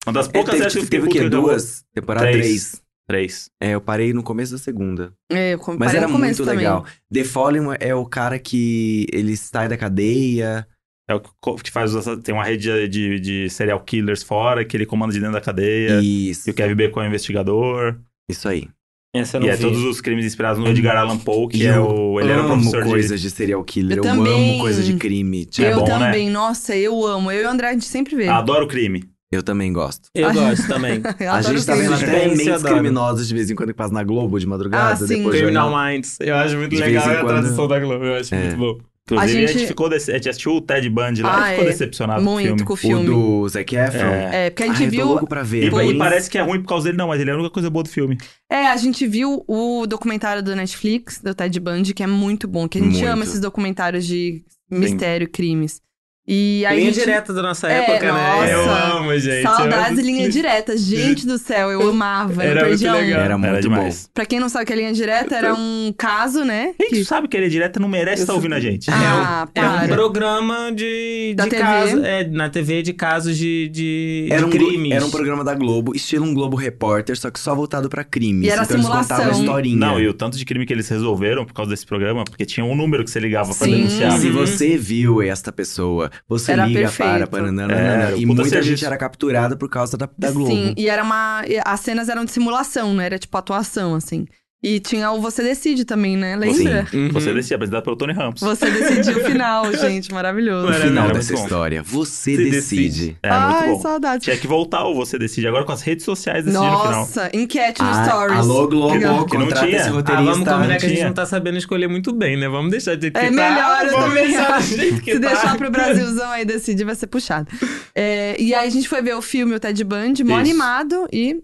Uma das É, poucas teve séries que eu fiquei tipo, teve o puto que quê? acabou. Duas? Temporada Três. três. Três. É, eu parei no começo da segunda. É, eu Mas parei era no começo muito também. legal. The Fallen é o cara que ele sai da cadeia. É o que co- que faz. os- Tem uma rede de, de- de serial killers fora que ele comanda de dentro da cadeia. E, Isso. o Kevin Bacon é o investigador. Isso aí. Essa eu E não é vi. todos os crimes inspirados no Edgar Allan Poe, que E é eu o. Ele eu era um amo professor de. coisas de... serial killer. Eu Eu, também. amo coisas de crime. tipo, É eu bom, né? Ah, também, nossa, eu amo. Eu e o André, a gente sempre vê. Adoro crime. Eu também gosto. Eu gosto também. Eu a adoro gente tá ver. vendo crime. até Suspense, eu mentes adoro. criminosas de vez em quando que passa na Globo de madrugada. Ah, sim. Depois Criminal jornal. Minds. Eu acho muito De vez legal em a quando- tradução da Globo. Eu acho É. muito bom. Inclusive, a gente, gente- ficou. dece- A gente assistiu o Ted Bundy lá Ah, e ficou é. decepcionado Muito com o com o O filme. do Zac Efron. filme. É. É, porque a Ai, gente eu tô viu. louco pra E, ver. e Pois. parece que é ruim por causa dele, não, mas ele é a única coisa boa do filme. É, a gente viu o documentário do Netflix, do Ted Bundy, que é muito bom. Que a gente Muito. ama esses documentários de mistério, crimes. E aí. a Linha gente- direta da nossa É, época, né? Eu nossa. amo, é gente. Saudades Eu- linha direta. Gente do céu, eu amava. Era não muito perdia um. legal. Era muito demais. bom. Pra quem não sabe que a linha direta era um caso, né? Quem sabe que ele é direto não merece estar ouvindo a gente. né? Ah, É um para. programa de, Da de TV. casos. É, na TV de casos de, de, de Era um, crimes. glo- era um programa da Globo, estilo um Globo Repórter, só que só voltado pra crimes. E era então eles contavam simulação. historinha. Não, e o tanto de crime que eles resolveram por causa desse programa, porque tinha um número que você ligava pra Sim. denunciar. Então, Se Uhum. você viu esta pessoa, você Era liga perfeito. para. Pananana, Era, e puta muita gente serviço. era capturada por causa da, da Globo. Sim, e era uma. e As cenas eram de simulação, não era tipo atuação, assim. E tinha o Você Decide também, né? Lembra? Uhum. Você descia, apresentado pelo Tony Ramos. Você decidiu o final, gente, maravilhoso. No Era- final era dessa muito bom. história, você Se decide. É, Ai, muito bom. saudades. Tinha que voltar ou você decide. Agora com as redes sociais decide no final. Nossa, enquete no Ah, Stories. Alô, Globo, Que não- que não contrata tinha. esse Ah, Ah, roteirista. né? vamos combinar que a gente tinha. não tá sabendo escolher muito bem, né? Vamos deixar de É melhor, eu Vamos também deixar do acho. jeito que Se tá. deixar pro Brasilzão aí decidir, vai ser puxado. É, e aí a gente foi ver o filme, o Ted Bundy, mó Isso. animado e.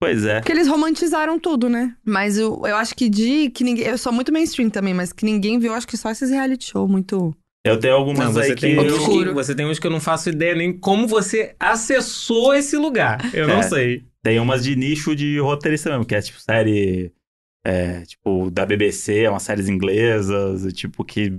Pois é. Porque eles romantizaram tudo, né? Mas eu, eu acho que de. que ninguém, Eu sou muito mainstream também, mas que ninguém viu, eu acho que só esses reality show muito. Eu tenho algumas Não, você, aí que. tem uns Eu... que, Obscuro. você tem uns que eu não faço ideia nem como você acessou esse lugar. Eu não É. sei. Tem umas de nicho de roteirista mesmo, que é tipo série. É, tipo, da BBC, umas séries inglesas, e, tipo que.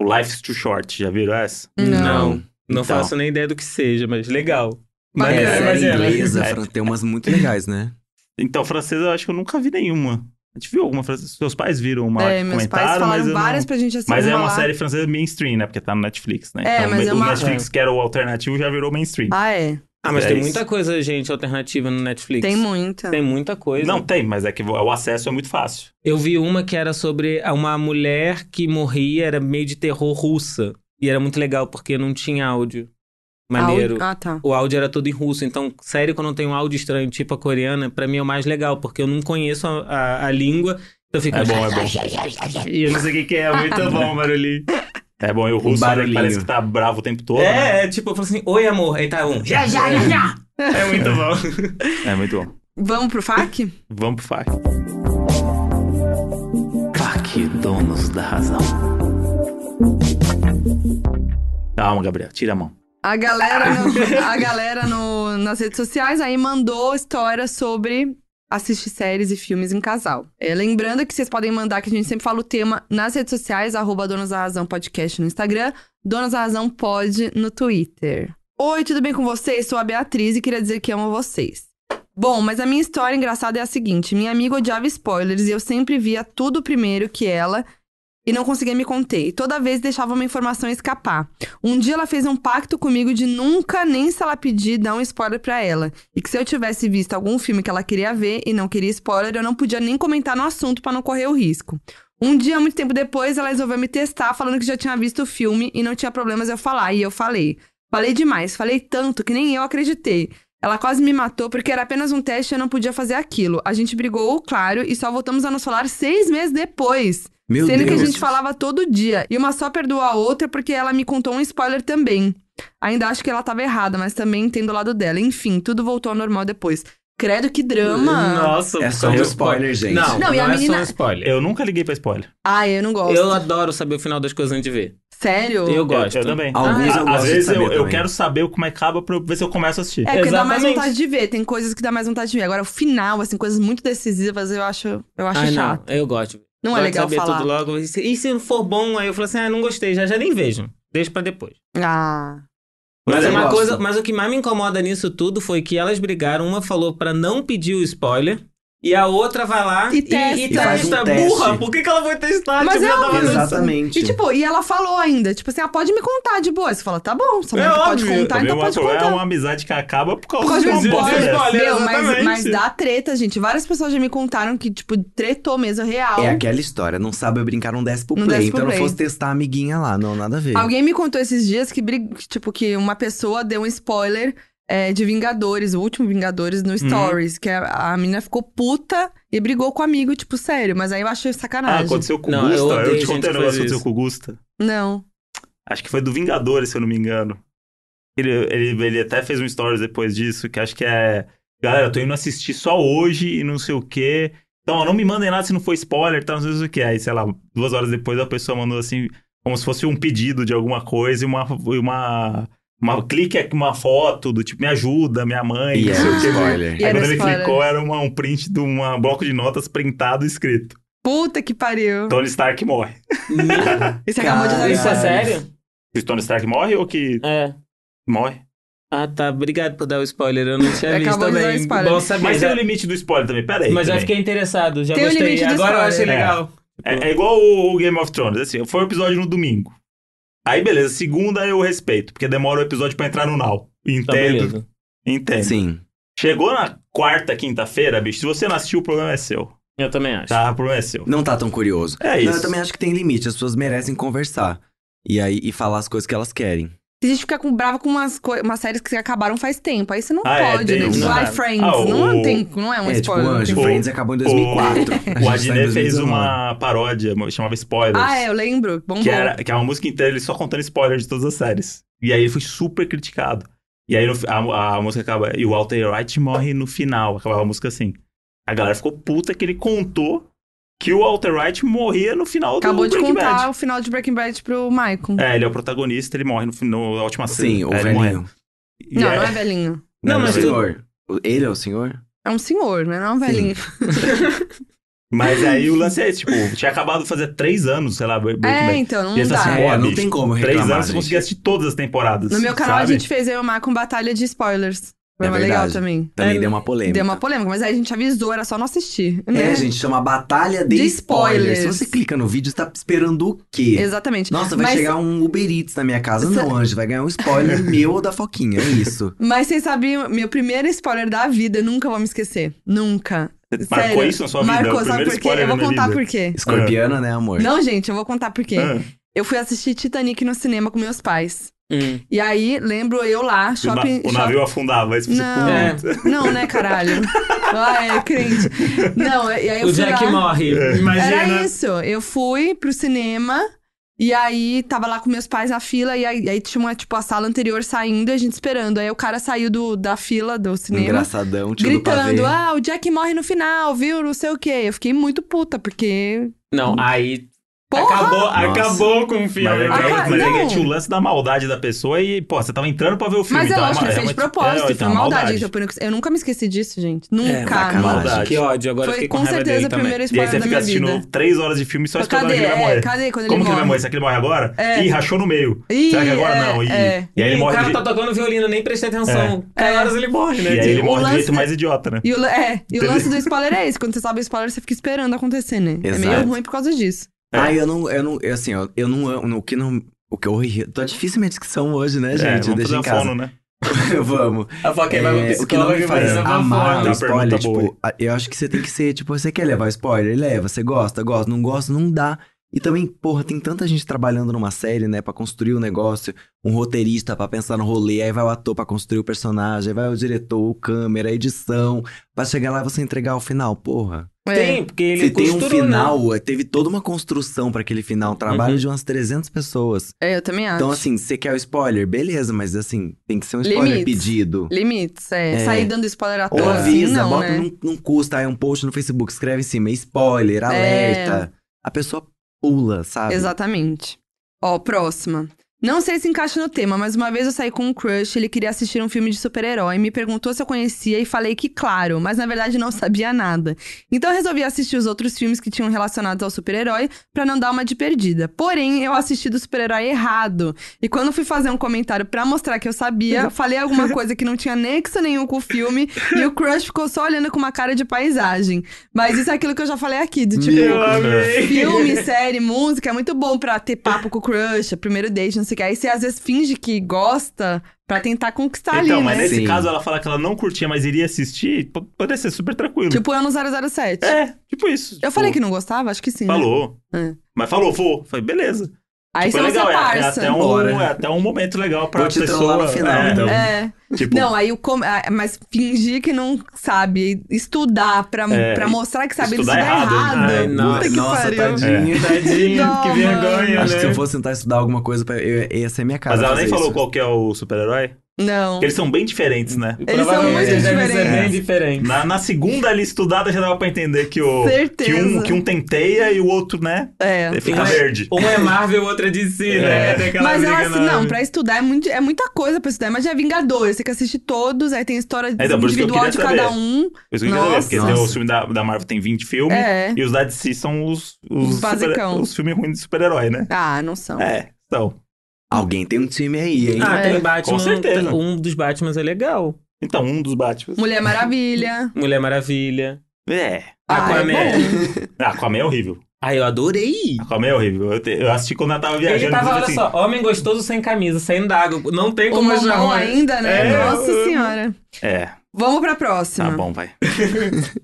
O Life's Too Short, já viram essa? Não. Não Então. faço nem ideia do que seja, mas legal. É, Bacana. Maneiro, Série série maneiro. inglesa, É. Fran, tem umas muito legais, né? Então, francesa, eu acho que eu nunca vi nenhuma. A gente viu alguma francesa? Seus pais viram uma É, que meus pais comentaram, mas falaram eu não- várias pra gente assistir. Mas é uma lá. série francesa mainstream, né? Porque tá no Netflix, né? É, mas é o uma- Netflix, que era o alternativo, já virou mainstream. Ah, é. Ah, mas É tem isso. muita coisa, gente, alternativa no Netflix. Tem muita. Tem muita coisa. Não tem, mas é que o acesso é muito fácil. Eu vi uma que era sobre uma mulher que morria, era meio de terror russa. E era muito legal, porque não tinha áudio. Maneiro. Ah, tá. O áudio era todo em russo, então, sério, quando eu tenho um áudio estranho, tipo a coreana, pra mim é o mais legal, porque eu não conheço a, a- a língua, então fica. É bom, é bom. E eu não sei o que, que é, muito bom o barulhinho. É bom, e o russo né, que barulhinho. parece que tá bravo o tempo todo. né? É, é, tipo, eu falo assim, oi amor, aí tá um. Já, já, já, já. É muito bom. É muito bom. Vamos pro FAC? Vamos pro FAC. FAC, donos da razão. Calma, Gabriel, tira a mão. A galera, no- a galera no- nas redes sociais aí mandou histórias sobre assistir séries e filmes em casal. É, lembrando que vocês podem mandar, que a gente sempre fala o tema nas redes sociais, arroba Donas da Razão Podcast no Instagram, Donas da Razão Pod no Twitter. Oi, tudo bem com vocês? Sou a Beatriz e queria dizer que amo vocês. Bom, mas a minha história engraçada é a seguinte: minha amiga odiava spoilers e eu sempre via tudo primeiro que ela e não conseguia me conter. E toda vez deixava uma informação escapar. Um dia ela fez um pacto comigo de nunca, nem se ela pedir, dar um spoiler pra ela. E que se eu tivesse visto algum filme que ela queria ver e não queria spoiler, eu não podia nem comentar no assunto pra não correr o risco. Um dia, muito tempo depois, ela resolveu me testar, falando que já tinha visto o filme e não tinha problemas eu falar. E eu falei. Falei demais, falei tanto que nem eu acreditei. Ela quase me matou porque era apenas um teste e eu não podia fazer aquilo. A gente brigou, claro, e só voltamos a nos falar seis meses depois. Meu Sendo que Deus. a gente falava todo dia. E uma só perdoou a outra porque ela me contou um spoiler também. Ainda acho que ela tava errada, mas também entendo o lado dela. Enfim, tudo voltou ao normal depois. Credo, que drama. Nossa, É só um spoiler, gente. Não, Não, não, e a é menina- só um spoiler. Eu nunca liguei pra spoiler. Ai, eu não gosto. Eu adoro saber o final das coisas antes de ver. Sério? Ah, Eu gosto. Eu, também. Alguns Às eu gosto de vezes saber eu, eu também. quero saber como é que acaba pra eu ver se eu começo a assistir. É, porque dá mais Exatamente. vontade de ver. Tem coisas que dá mais vontade de ver. Agora, o final, assim, coisas muito decisivas, eu acho, eu acho Ai, chato. não, eu gosto. Não, é Gosto de legal saber falar. tudo logo. E se, e se não for bom, aí eu falo assim, ah, não gostei, já já nem vejo. Deixa pra depois. Ah. Mas Mas, é eu uma gosto. coisa, mas o que mais me incomoda nisso tudo foi que elas brigaram, uma falou pra não pedir o spoiler, e a outra vai lá E testa. e E faz um testa. teste. Burra, por que, que ela foi testar? Mas Tipo, é já tava no- Exatamente. E tipo, e ela falou ainda, tipo assim, ah, pode me contar de boa. Você fala, tá bom, só É não pode óbvio. contar, Também então uma- pode contar. é uma amizade que acaba por causa, Por causa de um de uma bosta spoiler. dessa. Olha, Meu, mas, exatamente. mas dá treta, gente. Várias pessoas já me contaram que, tipo, tretou mesmo, real. É aquela história, não sabe brincar, não desce pro Não play. desce pro então eu não play. fosse testar a amiguinha lá, não, nada a ver. Alguém me contou esses dias que, brig- que, tipo, que uma pessoa deu um spoiler é, de Vingadores, o último Vingadores, Uhum. no Stories, que a, a menina ficou puta e brigou com o amigo, tipo, sério, mas aí eu achei Ah, sacanagem. aconteceu com o Não, eu Gusta. Eu, odeio te gente contei um que negócio faz que aconteceu isso. com o Gusta. Não. Acho que foi do Vingadores, se eu não me engano. Ele, ele, ele até fez um stories depois disso, que acho que é. Galera, eu tô indo assistir só hoje e não sei o quê. Então, ó, não me mandem nada se não for spoiler, tá? Não sei o quê. Aí, sei lá, duas horas depois a pessoa mandou assim, como se fosse um pedido de alguma coisa e uma. E uma uma clique aqui, uma foto do tipo, me ajuda, minha mãe, E não sei o quê. é um spoiler. E Aí era quando ele spoiler. clicou, era uma- um print de um bloco de notas printado e escrito. Puta que pariu. Tony Stark morre. E Você acabou de Caralho. dar Isso é isso. sério? Que o Tony Stark morre ou que É. morre? Ah, tá. Obrigado por dar o spoiler. Eu não tinha visto Acabou de dar também. o spoiler. Bom saber. Mas já- tem o limite do spoiler também, pera aí. é mas eu também. fiquei interessado. Já Tem o gostei. limite do Agora eu achei spoiler. legal. É, é igual o, o Game of Thrones, assim, foi o episódio no domingo. Aí, beleza, segunda eu respeito, porque demora o episódio pra entrar no Now. Tá, Entendo, beleza. entendo. Sim. Chegou na quarta, quinta-feira, bicho, se você não assistiu, o problema é seu. Eu também acho. Tá, o problema é seu. Não tá tão curioso. É Não, isso. eu também acho que tem limite. As pessoas merecem conversar. E aí, e falar as coisas que elas querem. Tem gente que fica com, brava com umas, coi- umas séries que acabaram faz tempo. Aí você não Ah, é, pode, tem né? isso. Tipo, Ah, ai, Friends. o- não, tem, não é um é, tipo, spoiler. não tem- Anjo, tem- Friends acabou em 2004. A gente O tá em Adnet fez 2019. uma paródia, chamava Spoilers. Ah, é, eu lembro. Bom, Que era, que é uma música inteira, ele só contando spoiler de todas as séries. E aí ele foi super criticado. E aí no fi- a, a música acaba. E o Walter White morre no final. Acabava a música assim. A galera ficou puta que ele contou que o Walter White morria no final Acabou do de Breaking contar Bad. o final de Breaking Bad pro Maicon. É, ele é o protagonista, ele morre no, fi- no na última cena. Sim, o Aí ele morre. velhinho. E Não, é- não é velhinho. Não, Não, mas mas o tudo- senhor. Ele é o senhor? É um senhor, né? Não é um velhinho. Mas aí o lance é esse, tipo, tinha acabado de fazer três anos, sei lá, Breaking É, Bad. então, não E essa dá. série- É, Pô, não bicho, tem como eu Tá. Três reclamar, anos você gente. conseguia assistir todas as temporadas. No meu canal sabe? a gente fez eu e o Maicon batalha de spoilers. Foi É uma verdade. legal também. Também É, deu uma polêmica. Deu uma polêmica, mas aí a gente avisou, era só não assistir. Né? É, gente, chama Batalha de, De spoilers. spoilers. Se você clica no vídeo, você tá esperando o quê? Exatamente. Nossa, vai Mas- chegar um Uber Eats na minha casa. Não, Anjo, vai ganhar um spoiler meu ou da Foquinha. É isso. Mas vocês sabiam, meu primeiro spoiler da vida, eu nunca vou me esquecer. Nunca. Marcou Sério. isso na sua vida? Marcou, o sabe primeiro por quê? spoiler Eu vou na minha contar vida. por quê. Escorpiana, né, amor? Não, gente, eu vou contar por quê. Ah. Eu fui assistir Titanic no cinema com meus pais. Hum. E aí, lembro eu lá, O na- shopping. o shopping- navio afundava, mas tipo, Não. puta. Não, né, caralho? ah, é, crente. Não, e aí eu O fui Jack lá. morre. É. Imagina. Era isso. Eu fui pro cinema e aí tava lá com meus pais na fila e aí, aí tinha uma, tipo, a sala anterior saindo e a gente esperando. Aí o cara saiu do, da fila do cinema. Engraçadão, tio do Gritando, pavê. ah, o Jack morre no final, viu? Não sei o quê. Eu fiquei muito puta, porque. Não, aí. Porra! Acabou, Nossa. acabou com o Mas é filme. que- Ah, cara, mas é que não. tinha o lance da maldade da pessoa e, pô, você tava entrando pra ver o filme. Mas é então lógico, uma- ele fez uma- de propósito, é, foi então, uma maldade. gente, eu punico- Eu nunca me esqueci disso, gente. Nunca. sacanagem. nunca. Maldade. Que ódio, agora Foi fiquei é com, com raiva certeza dele o também. primeiro E aí spoiler você da fica minha assistindo vida. três horas de filme só esperando Cadê? que ele vai É, morrer. cadê quando Como ele que ele vai morre? morrer? Será que ele morre agora? É. Ih, rachou no meio. Ih, Será que agora é, não? Ih. é. E aí ele o morre. cara de- tá tocando violino, eu nem prestei atenção. É. horas ele morre, né? E aí ele O morre do lance- jeito mais idiota, né? E o, é, e o Entendeu? lance do spoiler é esse. Quando você sabe o spoiler, você fica esperando acontecer, né? É meio Exato. ruim por causa disso. É. Ah, eu não, eu não, eu, assim, eu, eu não amo, o que não, o que eu ri- tá difícil minha discussão hoje, né, é, gente? vamos Deixa fazer em uma casa. fono, né? vamos. A foca vai pro É, o que não psicólogo me e vai faz fazer levar amar o Dá uma fora. spoiler, pergunta boa. tipo, a- eu acho que você tem que ser, tipo, você quer levar spoiler, leva, você gosta, gosta, não gosta, não dá. E também, porra, tem tanta gente trabalhando numa série, né, Pra construir o negócio, um roteirista pra pensar no rolê, aí vai o ator pra construir o personagem, aí vai o diretor, o câmera, a edição, pra chegar lá e você entregar o final, porra. É. Tem, porque ele Se tem um costurou, né? final, teve toda uma construção pra aquele final, um trabalho Uhum. de umas 300 pessoas. É, eu também acho. Então, assim, você quer o spoiler, beleza, mas assim, tem que ser um spoiler Limites. pedido. Limites, é. É. Sair dando spoiler à Ou toa, assim, avisa, não, bota, né? não, não custa, aí um post no Facebook, escreve em cima, é spoiler, alerta. A pessoa pula, sabe? Exatamente. Ó, próxima. Não sei se encaixa no tema, mas uma vez eu saí com um crush, ele queria assistir um filme de super-herói, me perguntou se eu conhecia e falei que claro, mas na verdade não sabia nada. Então eu resolvi assistir os outros filmes que tinham relacionados ao super-herói pra não dar uma de perdida. Porém, eu assisti do super-herói errado. E quando fui fazer um comentário pra mostrar que eu sabia, falei alguma coisa que não tinha nexo nenhum com o filme e o crush ficou só olhando com uma cara de paisagem. Mas isso é aquilo que eu já falei aqui, do tipo, Meu amei. Filme, série, música é muito bom pra ter papo com o crush, primeiro date, não sei o que. Aí você às vezes finge que gosta pra tentar conquistar então, ali, mas né? nesse Sim. caso ela fala que ela não curtia, mas iria assistir, p- poderia ser super tranquilo. Tipo ano 007. é, tipo isso. Eu falei que não gostava? Acho que sim. né? Falou. É. Mas falou, vou. Falei, beleza. Aí Foi você legal, vai é, ser é parça. até um, Bora. é até um momento legal pra Vou te trollar pessoa. no final, é, então. É. Tipo, Não, aí o com... ah, mas fingir que não sabe estudar pra, É, pra mostrar que sabe estudar estudar, errado, errado. né? Puta que Nossa, pariu. É. tadinho. Tadinho, Não, que mano. vergonha, Acho né? que se eu fosse tentar estudar alguma coisa, pra... eu... essa é minha cara. mas ela nem fazer falou isso. qual que é o super-herói. Não. Porque eles são bem diferentes, né? Eles são Provavelmente muito deve ser diferentes. bem diferente. Na, na segunda ali estudada já dava pra entender que o. Certeza. Que um, que um tem teia e o outro, né? É. Fica Mas- verde. Um é Marvel, o outro é DC, né? Tem aquela Mas ela, briga assim, na- não, pra estudar é, muito, é muita coisa pra estudar. Mas já é Vingadores, você tem que assistir todos, aí tem a história então, por isso que eu individual de queria cada saber. um. Por isso que eu queria saber, porque Nossa. tem o filme da, da Marvel tem 20 filmes. É. E os da DC são os. Os, Os basicão. os filmes ruins de super-herói, né? Ah, não são. É, então. Alguém tem um time aí, hein? Ah, É. tem Batman. Com certeza. Um dos Batman é legal. Então, um dos Batman. Mulher Maravilha. Mulher Maravilha. É. Ah, é Aquaman. Aquaman é horrível. Ah, eu adorei. Aquaman é horrível. Eu, te- eu assisti quando eu tava viajando. Ele tava, olha inclusive, assim, só, homem gostoso sem camisa, saindo da água. Não tem O como achar um Momon ruim. ainda, né? É. Nossa senhora. assim, É, Vamos pra tá próxima. Uhum. bom, vai.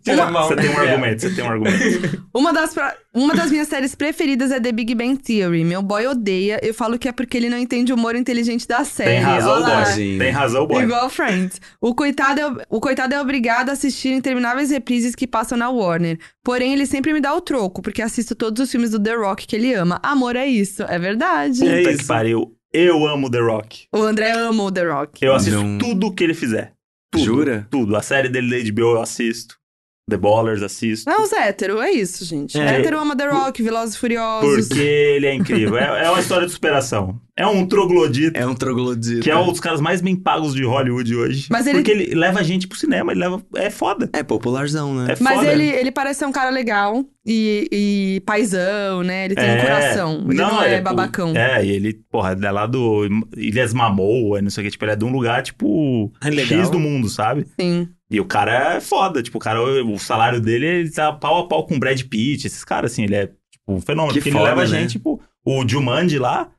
Tira a mão. Você tem um argumento, você tem um argumento. Uma das, pra- uma das minhas séries preferidas é The Big Bang Theory. Meu boy odeia. Eu falo que é porque ele não entende o humor inteligente da série. Tem razão o Olha lá. boy. Tadinho. Tem razão o boy. Igual Friends. O coitado, é, o coitado é obrigado a assistir intermináveis reprises que passam na Warner. Porém, ele sempre me dá o troco, porque assisto todos os filmes do The Rock que ele ama. Amor é isso, é verdade. Puta É que isso. pariu. Eu amo The Rock. O André ama o The Rock. Eu assisto Não. tudo que ele fizer. Tudo. Jura? Tudo. A série dele da HBO eu assisto. The Ballers assisto. Não, os hétero, é isso, gente. É. Hétero ama The Rock, Velozes e Furiosos. Porque ele é incrível. É, é uma história de superação. É um troglodita. É um troglodita. Que é um dos caras mais bem pagos de Hollywood hoje. Mas ele- Porque ele leva a gente pro cinema, ele leva. É foda. É popularzão, né? É foda. Mas ele, ele parece ser um cara legal e, e paizão, né? Ele tem um coração. Ele não, é, o- babacão. É, e ele, porra, é lá do Ilhas Mamoa, não sei o que, tipo, ele é de um lugar, tipo, é Ah, legal. X do mundo, sabe? Sim. E o cara é foda, tipo, o cara, o salário dele, ele tá pau a pau com o Brad Pitt, esses caras, assim, ele é, tipo, um fenômeno. Que porque ele foda, leva a né? gente, tipo, o Jumanji lá,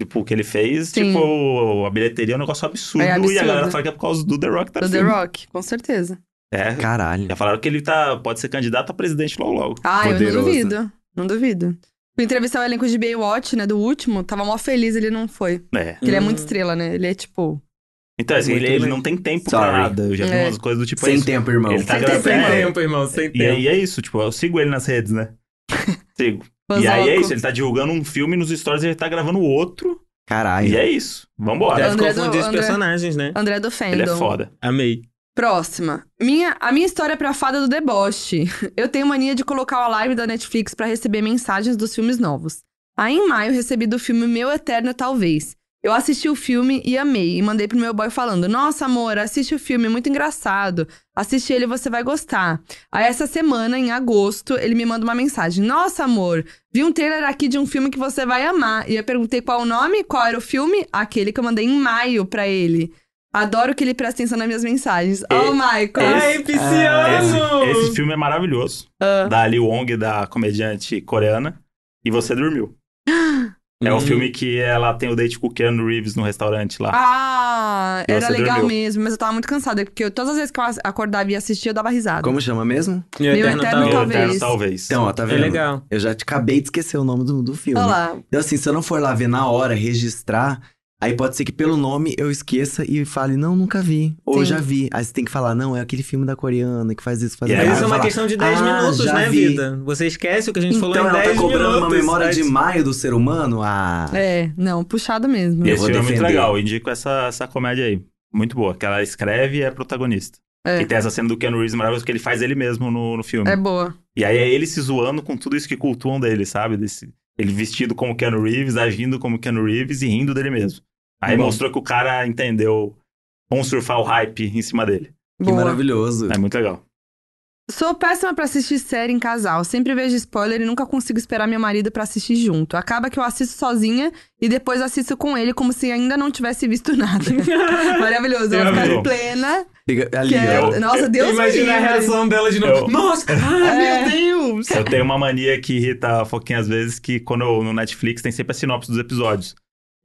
tipo, o que ele fez, Sim. tipo, a bilheteria é um negócio absurdo, É e a absurdo. galera fala que é por causa do The Rock tá Do The filme. Rock, com certeza. É, Caralho. já falaram que ele tá, pode ser candidato a presidente logo logo. Ah, eu não Poderoso. duvido. Não duvido. Fui entrevistar o elenco de Baywatch, né? Do último. Tava mó feliz, ele não foi. É. Porque ele é Hum. muito estrela, né? Ele é tipo. Então, assim, Muito ele, ele bem. não tem tempo pra É Sorry. nada. Eu já vi É. umas coisas do tipo. é Sem isso. tempo, irmão. Ele tá Sem gravando. tempo, Sem É. tempo, irmão, sem E tempo. aí é isso, tipo, eu sigo ele nas redes, né? sigo. E aí é fanzoco. isso, ele tá divulgando um filme nos stories ele tá gravando outro. E Caralho. é isso. Vambora. Deve André do- confundir os André- personagens, né? André do Fandom. Ele é foda. Amei. Próxima. Minha, a minha história é pra fada do deboche. Eu tenho mania de colocar o live da Netflix pra receber mensagens dos filmes novos. Aí em maio recebi do filme Meu Eterno Talvez. Eu assisti o filme e amei. E mandei pro meu boy falando: Nossa, amor, assiste o filme, é muito engraçado. Assiste ele, você vai gostar. Aí essa semana, em agosto, ele me manda uma mensagem: Nossa, amor, vi um trailer aqui de um filme que você vai amar. E eu perguntei qual o nome, qual era o filme? Aquele que eu mandei em maio pra ele. Adoro que ele presta atenção nas minhas mensagens. oh, Michael! Ai, pisciano! Esse filme é maravilhoso. Da Lee Wong, da comediante coreana. E você dormiu. É um Hum. filme que ela tem o date com o Keanu Reeves no restaurante lá. Ah, E era você legal dormiu. mesmo, mas eu tava muito cansada, porque eu- todas as vezes que eu as- acordava e assistia, eu dava risada. Como chama mesmo? Meu Meu Eterno tá Eterno Talvez. Meu Eterno talvez. talvez. Então, ó, tá É vendo? legal. Eu já te acabei de esquecer o nome do, do filme. Olha lá, Então, assim, se eu não for lá ver na hora, registrar, aí pode ser que pelo nome eu esqueça e fale, não, nunca vi. Ou Sim. já vi. Aí você tem que falar, não, é aquele filme da coreana que faz isso, faz E aí Mas eu aquilo. isso é Aí uma fala, questão de 10 "Ah, minutos, já né, vi." vida? Você esquece o que a gente falou Então em ela 10 tá cobrando minutos. uma memória mas- de maio do ser humano? Ah, é, não, puxado mesmo. E Eu esse vou filme é muito defender. legal, eu indico essa, essa comédia aí. Muito boa, que ela escreve e é protagonista. É. E tem essa cena do Keanu Reeves maravilhosa que ele faz ele mesmo no, no filme. É boa. E aí é ele se zoando com tudo isso que cultuam dele, sabe? Desse, ele vestido como Keanu Reeves, agindo como Keanu Reeves e rindo dele mesmo. Aí Uhum. Bom. mostrou que o cara entendeu como surfar o hype em cima dele. que boa. maravilhoso. É muito legal. Sou péssima pra assistir série em casal. Sempre vejo spoiler e nunca consigo esperar meu marido pra assistir junto. Acaba que eu assisto sozinha e depois assisto com ele como se ainda não tivesse visto nada. Maravilhoso. Eu vou ficar Amo. plena. Fica ali, Que é... eu- Nossa, Deus me Imagina a livre. reação dela de novo. Eu- Nossa! Ah, É. meu Deus! Eu tenho uma mania que irrita a Foquinha às vezes, que quando eu, no Netflix tem sempre a um sinopse dos episódios.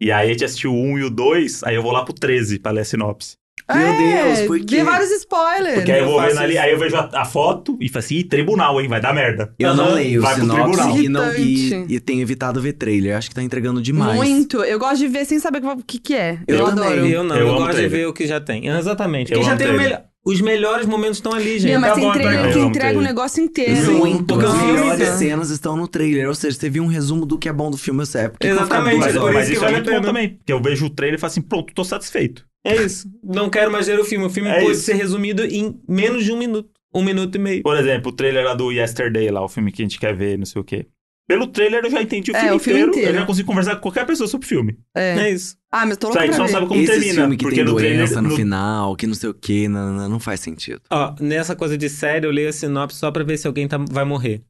E aí a gente assistiu o 1 e o 2, aí eu vou lá pro 13 pra ler a sinopse. Meu É, Deus, por quê? é Dê vários spoilers. Porque aí eu vou faço vendo ali, isso. aí eu vejo a, a foto e falo assim, ih, tribunal, hein? Vai dar merda. Eu não Aham, leio Vai pro tribunal. sinopse e, não, e, Irritante. e tenho evitado ver trailer. Acho que tá entregando demais. Muito. Eu gosto de ver sem saber o que, que é. Eu Eu, também. adoro. Eu não, Eu eu, amo gosto de trailer. ver o que já tem. Exatamente. Eu Porque já amo tem o trailer. melhor. Os melhores momentos estão ali, gente. Meu, mas Tá tem bom, trailer tá que eu amo entrega o trailer. negócio inteiro. Sim. Muito. As Sim. melhores Sim. cenas estão no trailer. Ou seja, você viu um resumo do que é bom do filme, você é. Porque Exatamente, Mas, por mas isso que isso é vale muito a bom pena. também. Porque eu vejo o trailer e falo assim, pronto, tô satisfeito. É isso. Não quero mais ver o filme. O filme É pode isso. ser resumido em menos de um minuto. Um minuto e meio. Por exemplo, o trailer lá do Yesterday, lá, o filme que a gente quer ver, não sei o quê. Pelo trailer eu já entendi o, É, filme, o filme inteiro, inteiro. Eu já consigo conversar com qualquer pessoa sobre o filme. É. É isso. Ah, mas eu tô Só louca a gente pra não ver. sabe como Esse termina. filme que porque tem no trailer. doença no, no- final, que não sei o que, não, não, não faz sentido. Ó, nessa coisa de série, eu leio a sinopse só pra ver se alguém tá- vai morrer.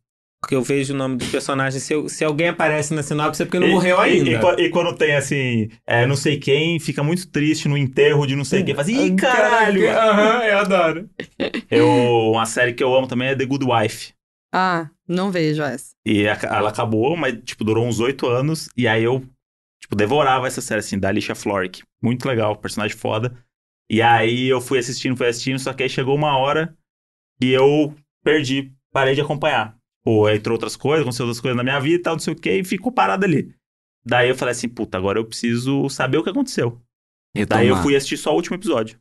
Porque eu vejo o nome dos personagens. Se, eu- se alguém aparece na sinopse é porque não e- morreu e- ainda. E, qua- e quando tem assim, é, não sei quem, fica muito triste no enterro de não sei quem. Fala assim, Hum, ih, caralho! Aham, eu adoro. Eu, uma série que eu amo também é The Good Wife. Ah, não vejo essa. E a- ela acabou, mas, tipo, durou uns oito anos. E aí eu, tipo, devorava essa série, assim, da Alicia Florrick. Muito legal, personagem foda. E aí eu fui assistindo, fui assistindo, só que aí chegou uma hora que eu perdi, parei de acompanhar. Pô, aí entrou outras coisas, aconteceu outras coisas na minha vida e tal, não sei o quê, e ficou parado ali. Daí eu falei assim, puta, agora eu preciso saber o que aconteceu. Retomar. Daí eu fui assistir só o último episódio.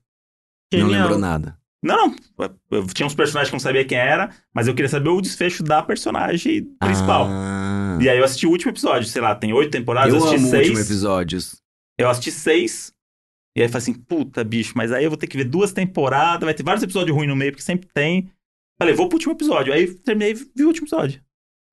Não Genial. lembro nada. Não, não. Eu tinha uns personagens que eu não sabia quem era, mas eu queria saber o desfecho da personagem principal. Ah, E aí eu assisti o último episódio, sei lá, tem oito temporadas, eu eu assisti amo últimos seis. episódios. Eu assisti seis. E aí falei assim, puta, bicho, mas aí eu vou ter que ver duas temporadas, vai ter vários episódios ruins no meio, porque sempre tem. Falei, vou pro último episódio. Aí terminei e vi o último episódio.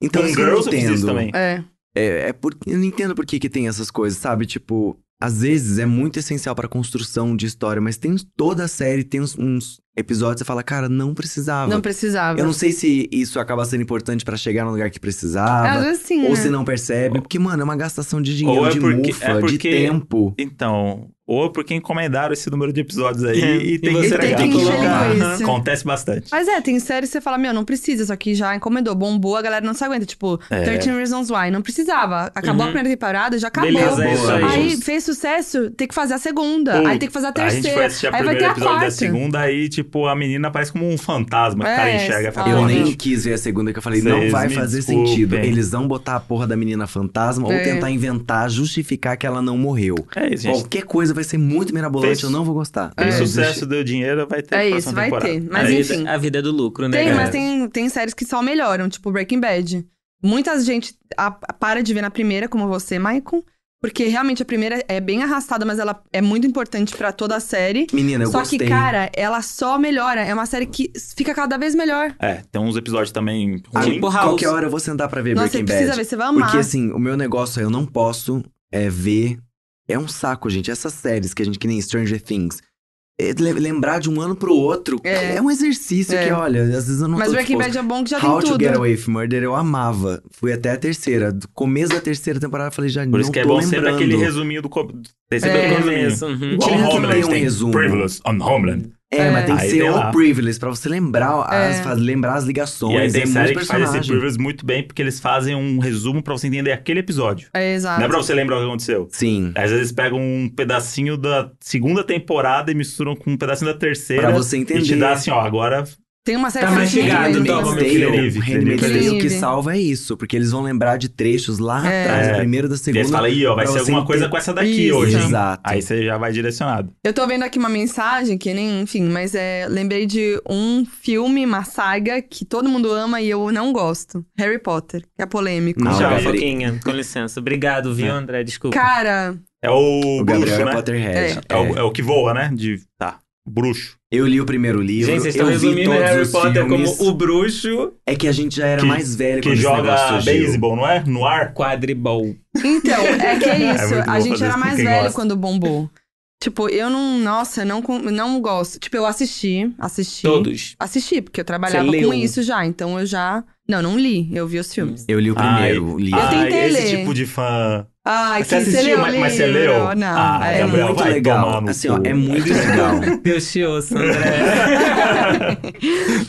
Então, Com assim, Girls eu eu fiz isso entendo. também. É. É, é porque eu não entendo por que, que tem essas coisas, sabe? Tipo, às vezes é muito essencial pra construção de história, mas tem toda a série, tem uns, uns episódios que você fala, cara, não precisava. Não precisava. eu não sei se isso acaba sendo importante pra chegar no lugar que É, Às precisava, vezes sim. ou né? se não percebe, porque mano, é uma gastação de dinheiro, Ou é de porque- mufa, é de porque- tempo. Então, ou porque encomendaram esse número de episódios aí É, e tem e que você E Será tem entregar. Então, que que encher colocar? linguiça. Acontece bastante. Mas é, tem séries que você fala, meu, não precisa, só que já encomendou, bombou, a galera não se aguenta. Tipo, É. 13 Reasons Why, não precisava. Acabou a Uhum. primeira temporada, já acabou. Beleza, é isso Boa. aí. Aí fez sucesso, tem que fazer a segunda. Pô, aí tem que fazer a A gente terceira. foi assistir a aí vai primeiro ter a episódio quarta. da segunda, aí, tipo, a menina aparece como um fantasma que o É, cara enxerga. Ah, eu "Pô, nem gente, quis ver a segunda, que eu falei, não Vocês vai me fazer desculpem. sentido. Eles vão botar a porra da menina fantasma ou É. tentar inventar, justificar que ela não morreu. É isso, gente. Qualquer coisa vai ser muito mirabolante, Fez- eu não vou gostar. É. Tem Eu vou desistir. sucesso, deu dinheiro, vai ter É a isso, próxima vai temporada. ter. Mas É A isso. enfim. vida- A vida é do lucro, né? Tem, galera? mas tem, tem séries que só melhoram, tipo Breaking Bad. Muita gente a- para de ver na primeira, como você, Maicon. Porque realmente a primeira é bem arrastada, mas ela é muito importante pra toda a série. Menina, eu Só gostei. que, cara, ela só melhora. É uma série que fica cada vez melhor. É, tem uns episódios também Ah, ruins. Tipo House. qualquer hora eu vou sentar pra ver Nossa, você Breaking precisa Bad. ver, você vai amar. Porque assim, o meu negócio é eu não posso é, ver. É um saco, gente. Essas séries que a gente que nem Stranger Things. é, le- Lembrar de um ano pro outro é, É. um exercício É. que, olha, às vezes eu não mas tô Breaking disposto. Bad é bom que já um How tem to Get tudo. Away with Murder eu amava. Fui até a terceira. Do começo da terceira temporada eu falei, já Por não isso que é tô bom lembrando. sempre aquele resuminho do... co- Tem sempre É. aquele resuminho. Isso, uhum. Igual Tinha que ter Homeland um tem resumo. Privilege on Homeland. É, mas tem que Aí ser tem o lá. privilege pra você lembrar, as, É. faz- lembrar as ligações. E aí tem é série muito que faz esse personagem. Privilege muito bem, porque eles fazem um resumo pra você entender aquele episódio. É, Não é exato. pra você lembrar o que aconteceu. Sim. Às vezes pegam um pedacinho da segunda temporada e misturam com um pedacinho da terceira. Pra você entender. E te dá assim, ó, agora Tem uma série Tá que faz muito mastigado, bem então, isso. vamos Handmaid's Tale, Handmaid's Tale. Handmaid's Tale, o que Inclusive. salva é isso, porque eles vão lembrar de trechos lá É. atrás, da É. primeira, E da aí segunda. você fala, ih, ó, vai pra ser você alguma coisa entender. com essa daqui Isso. hoje. Exato. Aí você já vai direcionado. Eu tô vendo aqui uma mensagem que nem, enfim, mas é. Lembrei de um filme, uma saga que todo mundo ama e eu não gosto. Harry Potter, que é polêmico. Não, Tchau, Gabriel. Foquinha. Com licença. Obrigado, viu, É. André? Desculpa. Cara, É o, O bruxo, Gabriel é né? Potterhead. É, o, é o que voa, né? De. Tá. Bruxo. Eu li o primeiro livro, Gente, vocês eu estão vi resumindo todos Harry os Potter filmes. como o bruxo É que a gente já era Que- mais velho Que quando esse joga negócio surgiu. beisebol, não é? No ar. quadribol. então, é que é isso. É muito a bom gente fazer era isso com mais quem velho gosta. quando bombou. Tipo, eu não. Nossa, não, com- não gosto. Tipo, eu assisti, assisti. Todos. Assisti, porque eu trabalhava leu? com isso já. Então eu já. Não, não li. Eu vi os filmes. Eu li o primeiro, li. Eu Ai, tentei esse ler. tipo de fã. Ai, Você que você assistiu, leu mas, mas você livro? leu? Não, Ah, é. Gabriel, muito vai legal. tomar no Assim, ó, cu. é muito legal. Deus te ouça, André.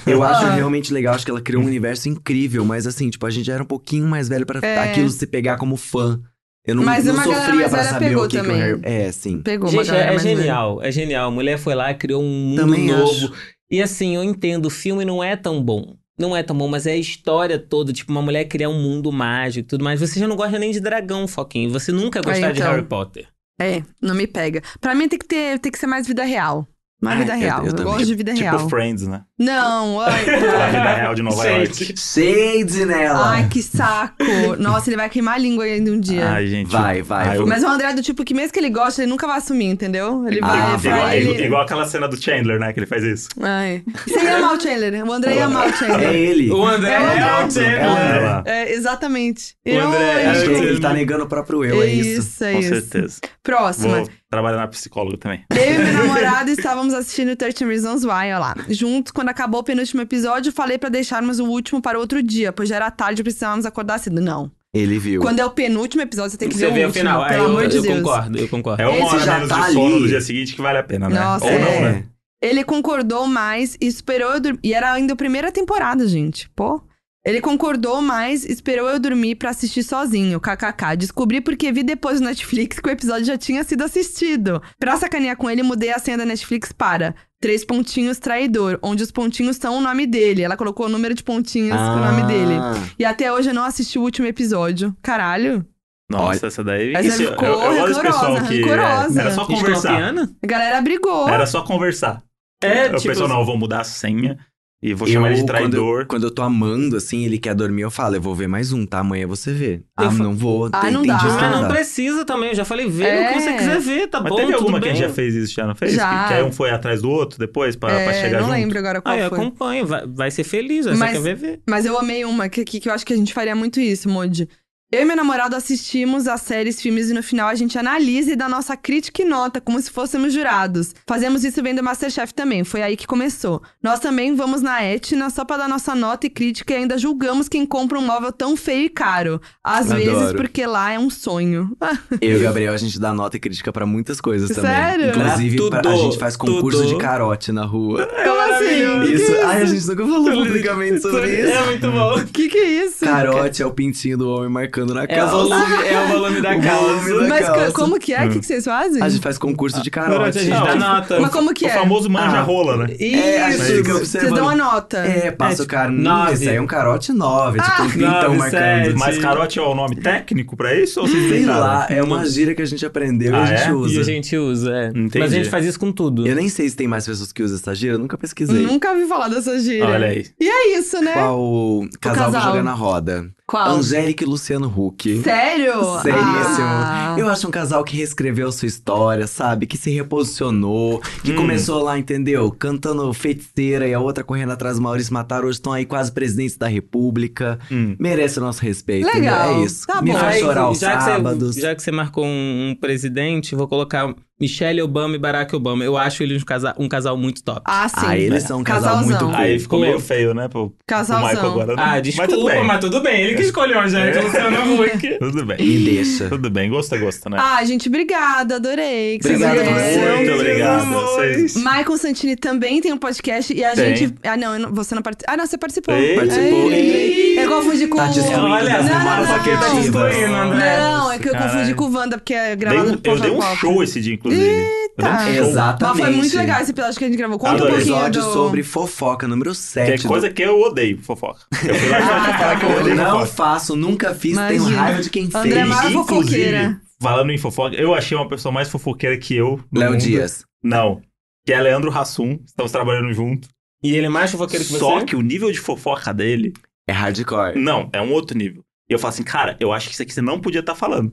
Eu acho Ah. realmente legal, acho que ela criou um universo incrível, mas assim, tipo, a gente já era um pouquinho mais velho pra É. aquilo se pegar como fã. Eu não, Mas não uma galera sofria mais pra velha saber pegou o que, que o também. Harry... É, sim. Pegou uma Gente, galera é mais velha. genial, é genial. A mulher foi lá e criou um mundo Também novo. acho. E assim, eu entendo, o filme não é tão bom. Não é tão bom, mas é a história toda. Tipo, uma mulher criar um mundo mágico e tudo mais. Você já não gosta nem de dragão, Foquinho. Você nunca gostar de então. Harry Potter. É, não me pega. Pra mim tem que ter, tem que ser mais vida real. Mais Ah, vida eu- real. eu Eu, também. gosto de vida Tipo real. Friends, né? Não, ai, Aquela vida real de Nova York. Shades nela! ai, que saco. Nossa, ele vai queimar a língua ainda um dia. Ah, Ai, gente. Vai, vai. Ai, eu- Mas o André é do tipo que mesmo que ele gosta, ele nunca vai assumir, entendeu? Ele vai. Ah, pra igual, vai. ele... igual aquela cena do Chandler, né? Que ele faz isso. Ai. Você ia amar o Chandler. O André ia amar o Chandler. É ele. O André É o André. é o É o Chandler. André. Ela, É, exatamente. O André Ai, é Acho que gente. ele tá negando o próprio eu, é é isso. isso, é com isso. certeza. Próxima. Vou trabalhar na psicóloga também. Eu e meu namorado estávamos assistindo 13 Reasons Why, olha lá. Juntos, quando acabou o penúltimo episódio, falei pra deixarmos o último para outro dia, pois já era tarde e precisávamos acordar cedo. Não. Ele viu. Quando é o penúltimo episódio, você tem que Você ver vê o o último, final. Aí pelo eu, amor de eu Deus. concordo, eu concordo. É uma Esse hora já menos tá de sono ali. no dia seguinte que vale a pena, né? Nossa, Ou é. não, né? Ele concordou mais e esperou eu dormir. E era ainda a primeira temporada, gente. Pô. Ele concordou mais, esperou eu dormir pra assistir sozinho, kkk. Descobri porque vi depois no Netflix que o episódio já tinha sido assistido. Pra sacanear com ele, mudei a senha da Netflix para Três Pontinhos Traidor, onde os pontinhos são o nome dele. Ela colocou o número de pontinhos com o nome Ah. Ah. dele. E até hoje eu não assisti o último episódio. Caralho. Nossa, essa daí. Essa Isso, é ficou eu, eu gosto desse pessoal rancorosa, que. rancorosa. é, era só conversar. Escorpiana? A galera brigou. Era só conversar. É, o tipo- pessoal, assim. não, eu vou mudar a senha e vou chamar ele de Quando eu, traidor. quando eu tô amando, assim, ele quer dormir, eu falo, eu vou ver mais um, tá? Amanhã você vê. Eu ah, fa- não vou. Ah, tem, não tem dá. dias que Mas não não dá. precisa também, eu já falei, vê o É. que você quiser ver, tá Mas bom, teve alguma tudo que a bem. gente já fez isso, já não fez? Já. Que, que aí um foi atrás do outro depois pra, pra É, chegar não junto. lembro agora qual Ah, eu foi. acompanho, vai, vai ser feliz, essa Mas- quer ver, ver. Mas eu amei uma que, que, que eu acho que a gente faria muito isso, Modi. Eu e meu namorado assistimos as séries, filmes e no final a gente analisa e dá nossa crítica e nota, como se fôssemos jurados. Fazemos isso vendo Masterchef também, foi aí que começou. Nós também vamos na Etna só pra dar nossa nota e crítica e ainda julgamos quem compra um móvel tão feio e caro. Às Adoro. vezes porque lá é um sonho. Eu e o Gabriel, a gente dá nota e crítica pra muitas coisas Sério? também. Inclusive, Pra pra- tudo, a gente faz concurso tudo. de carote na rua. Como assim? Isso. Ai, a gente nunca falou publicamente sobre isso. É muito bom. Que que é isso? Carote é o pintinho do homem marcando na É o calça. volume, é o volume da O calça. volume da- Mas calça. co- como que é? O que, que vocês fazem? assim. Hum. A gente faz concurso de Durante carote. então, a gente dá nota. Mas como que O é? famoso Ah, manja-rola, né? É, a Isso. gente fica Vocês observando. dão a nota. É, passa o cara. Nove. Nove. Esse aí é um carote nove. tipo, um pintão nove, marcando. sete. Mas Sim. carote é o nome técnico pra isso? Ou vocês Sei inventaram? lá, é uma gíria que a gente aprendeu e Ah, a gente é? usa. E a gente usa, é. Entendi. Mas a gente faz isso com tudo. Eu nem sei se tem mais pessoas que usam essa gíria, eu nunca pesquisei. Nunca ouvi falar dessa gíria. Ah, Olha aí. E é isso, né? Qual casal, casal. que joga na roda? Qual? Angélica e Luciano Huck. Sério? Seríssimo. Ah. Eu acho um casal que reescreveu sua história, sabe? Que se reposicionou, que Hum. começou lá, entendeu? Cantando feiticeira e a outra correndo atrás do Maurício Matar. Hoje estão aí quase presidentes da República. Hum. Merece o nosso respeito. Legal. entendeu? É isso. Tá Me bom. faz Ai, chorar aos que sábados. Você, já que você marcou um, um presidente, vou colocar Michelle Obama e Barack Obama. Eu acho eles um casal, um casal muito top. Ah, sim. Ah, eles são um casal Casalzão. muito cool. Aí ficou Pô. meio feio, né? Pro, pro Casalzão. Michael agora. né? Ah, desculpa, Mas tudo bem. ele que escolheu, Angélica É. Luciano Huck. Tudo bem. Me deixa. Tudo bem. Gosto é gosto, né? Ah, gente, obrigada. Adorei. que vocês Obrigado Muito você. vieram. Muito Deus, obrigado. amor. Vocês. Maicon Santini também tem um podcast e a Tem. gente. Ah, não, eu não- você não participou. Ah, não, você participou. Ei. Participou. Ei. Eu confundi com Tá destruindo Não, Olha, das essa demandas massa que tá afetivas. destruindo, André. Não, é que eu Caralho. confundi com o Wanda, porque é Dei gravado um- eu dei um Pauta show esse dia, inclusive. Eu dei um Eita. show. Tá. Mas Exatamente. foi muito legal esse episódio que a gente gravou. Conta um Adorei. pouquinho episódio do... sobre fofoca, número Que é 7. coisa que eu odeio, fofoca. Eu fui lá Ah, já pra falar que eu Eu odeio não fofoca. faço, nunca fiz, tenho Imagina. raiva de quem André fez. Mar- Mara fofoqueira. Inclusive, falando em fofoca, eu achei uma pessoa mais fofoqueira que eu. no Léo mundo. Dias. Não. Que é Leandro Hassum. Estamos trabalhando junto. E ele é mais fofoqueiro que você? Só que o nível de fofoca dele. É hardcore. Não, é um outro nível. E eu falo assim, cara, eu acho que isso aqui você não podia estar falando.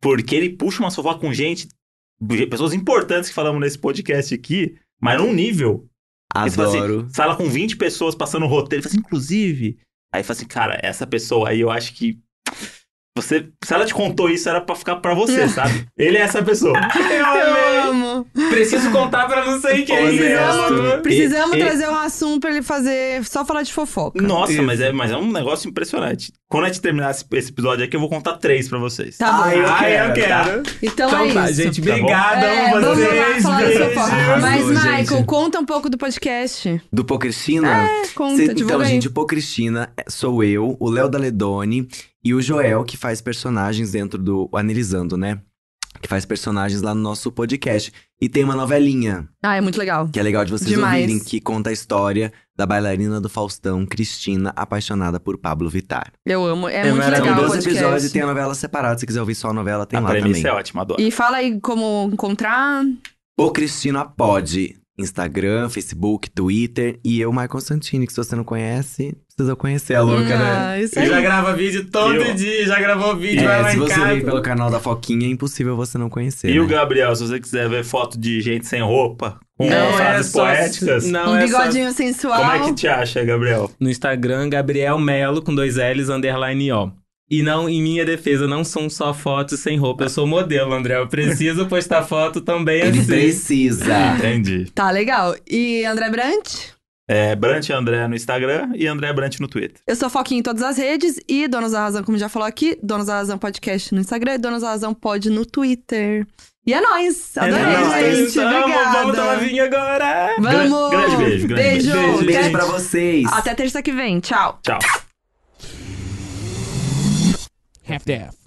Porque ele puxa uma fofoca com gente, pessoas importantes que falamos nesse podcast aqui, mas num nível Aí você fala assim, Adoro. sala com 20 pessoas passando o roteiro. Ele fala assim, inclusive. Aí fala assim, cara, essa pessoa aí eu acho que. Você, se ela te contou isso, era pra ficar pra você, sabe? Ele é essa pessoa. Eu amei. Eu amo. Preciso contar pra não sei quem. Honesto. né? Precisamos E- e- trazer um assunto pra ele fazer. Só falar de fofoca. Nossa, Isso. mas é, mas é um negócio impressionante. Quando a gente terminar esse, esse episódio aqui, eu vou contar três pra vocês. Tá bom. Ah, eu quero. Então, Então, é tá, isso. gente. Tá bom? Obrigada É, a vamos lá vocês. falar do seu foco. beijos. Mas, Arrasou, Michael, gente. conta um pouco do podcast. Do Pocristina? É, conta, Cê- divulga então, aí. gente, o Pocristina sou eu, o Léo Daledoni e o Joel, que faz personagens dentro do o Analisando, né? Que faz personagens lá no nosso podcast. E tem uma novelinha, Ah, é muito legal. que é legal de vocês Demais. ouvirem, que conta a história da bailarina do Faustão, Cristina, apaixonada por Pablo Vittar. Eu amo. É, muito São legal o 12 episódios e podcast. tem a novela separada. Se quiser ouvir só a novela, tem A lá premissa também. é ótima, adoro. E fala aí como encontrar. O Cristina Pode. Instagram, Facebook, Twitter. E eu, Maicon Santini, que se você não conhece, precisa conhecer a Uhum. louca, né? Ah, isso E aí. já grava vídeo todo Eu- dia, já gravou vídeo, vai É, lá se em você casa. vir pelo canal da Foquinha, é impossível você não conhecer. E o né? Gabriel, se você quiser ver foto de gente sem roupa, com Não é frases só- poéticas, Não Um é só- bigodinho sensual. como é que te acha, Gabriel? No Instagram, Gabriel Melo, com dois L's, underline O. E não, em minha defesa, não são só fotos sem roupa. Eu sou modelo, André. Eu preciso postar foto também Ele assim. precisa. Entendi. Tá legal. E André Brant? É Brant André no Instagram e André Brant no Twitter. Eu sou Foquinha em todas as redes e Donos da Razão, como já falou aqui, Donos da Razão Podcast no Instagram e Donos da Razão Pod no Twitter. E é nóis! Adorei, nóis, gente! Vamos, Obrigada! vamos tomar vinho agora! Vamos! Gra- grande beijo, grande beijo! beijo. Até- Beijo pra vocês. Até terça que vem, tchau! Tchau. half-daff.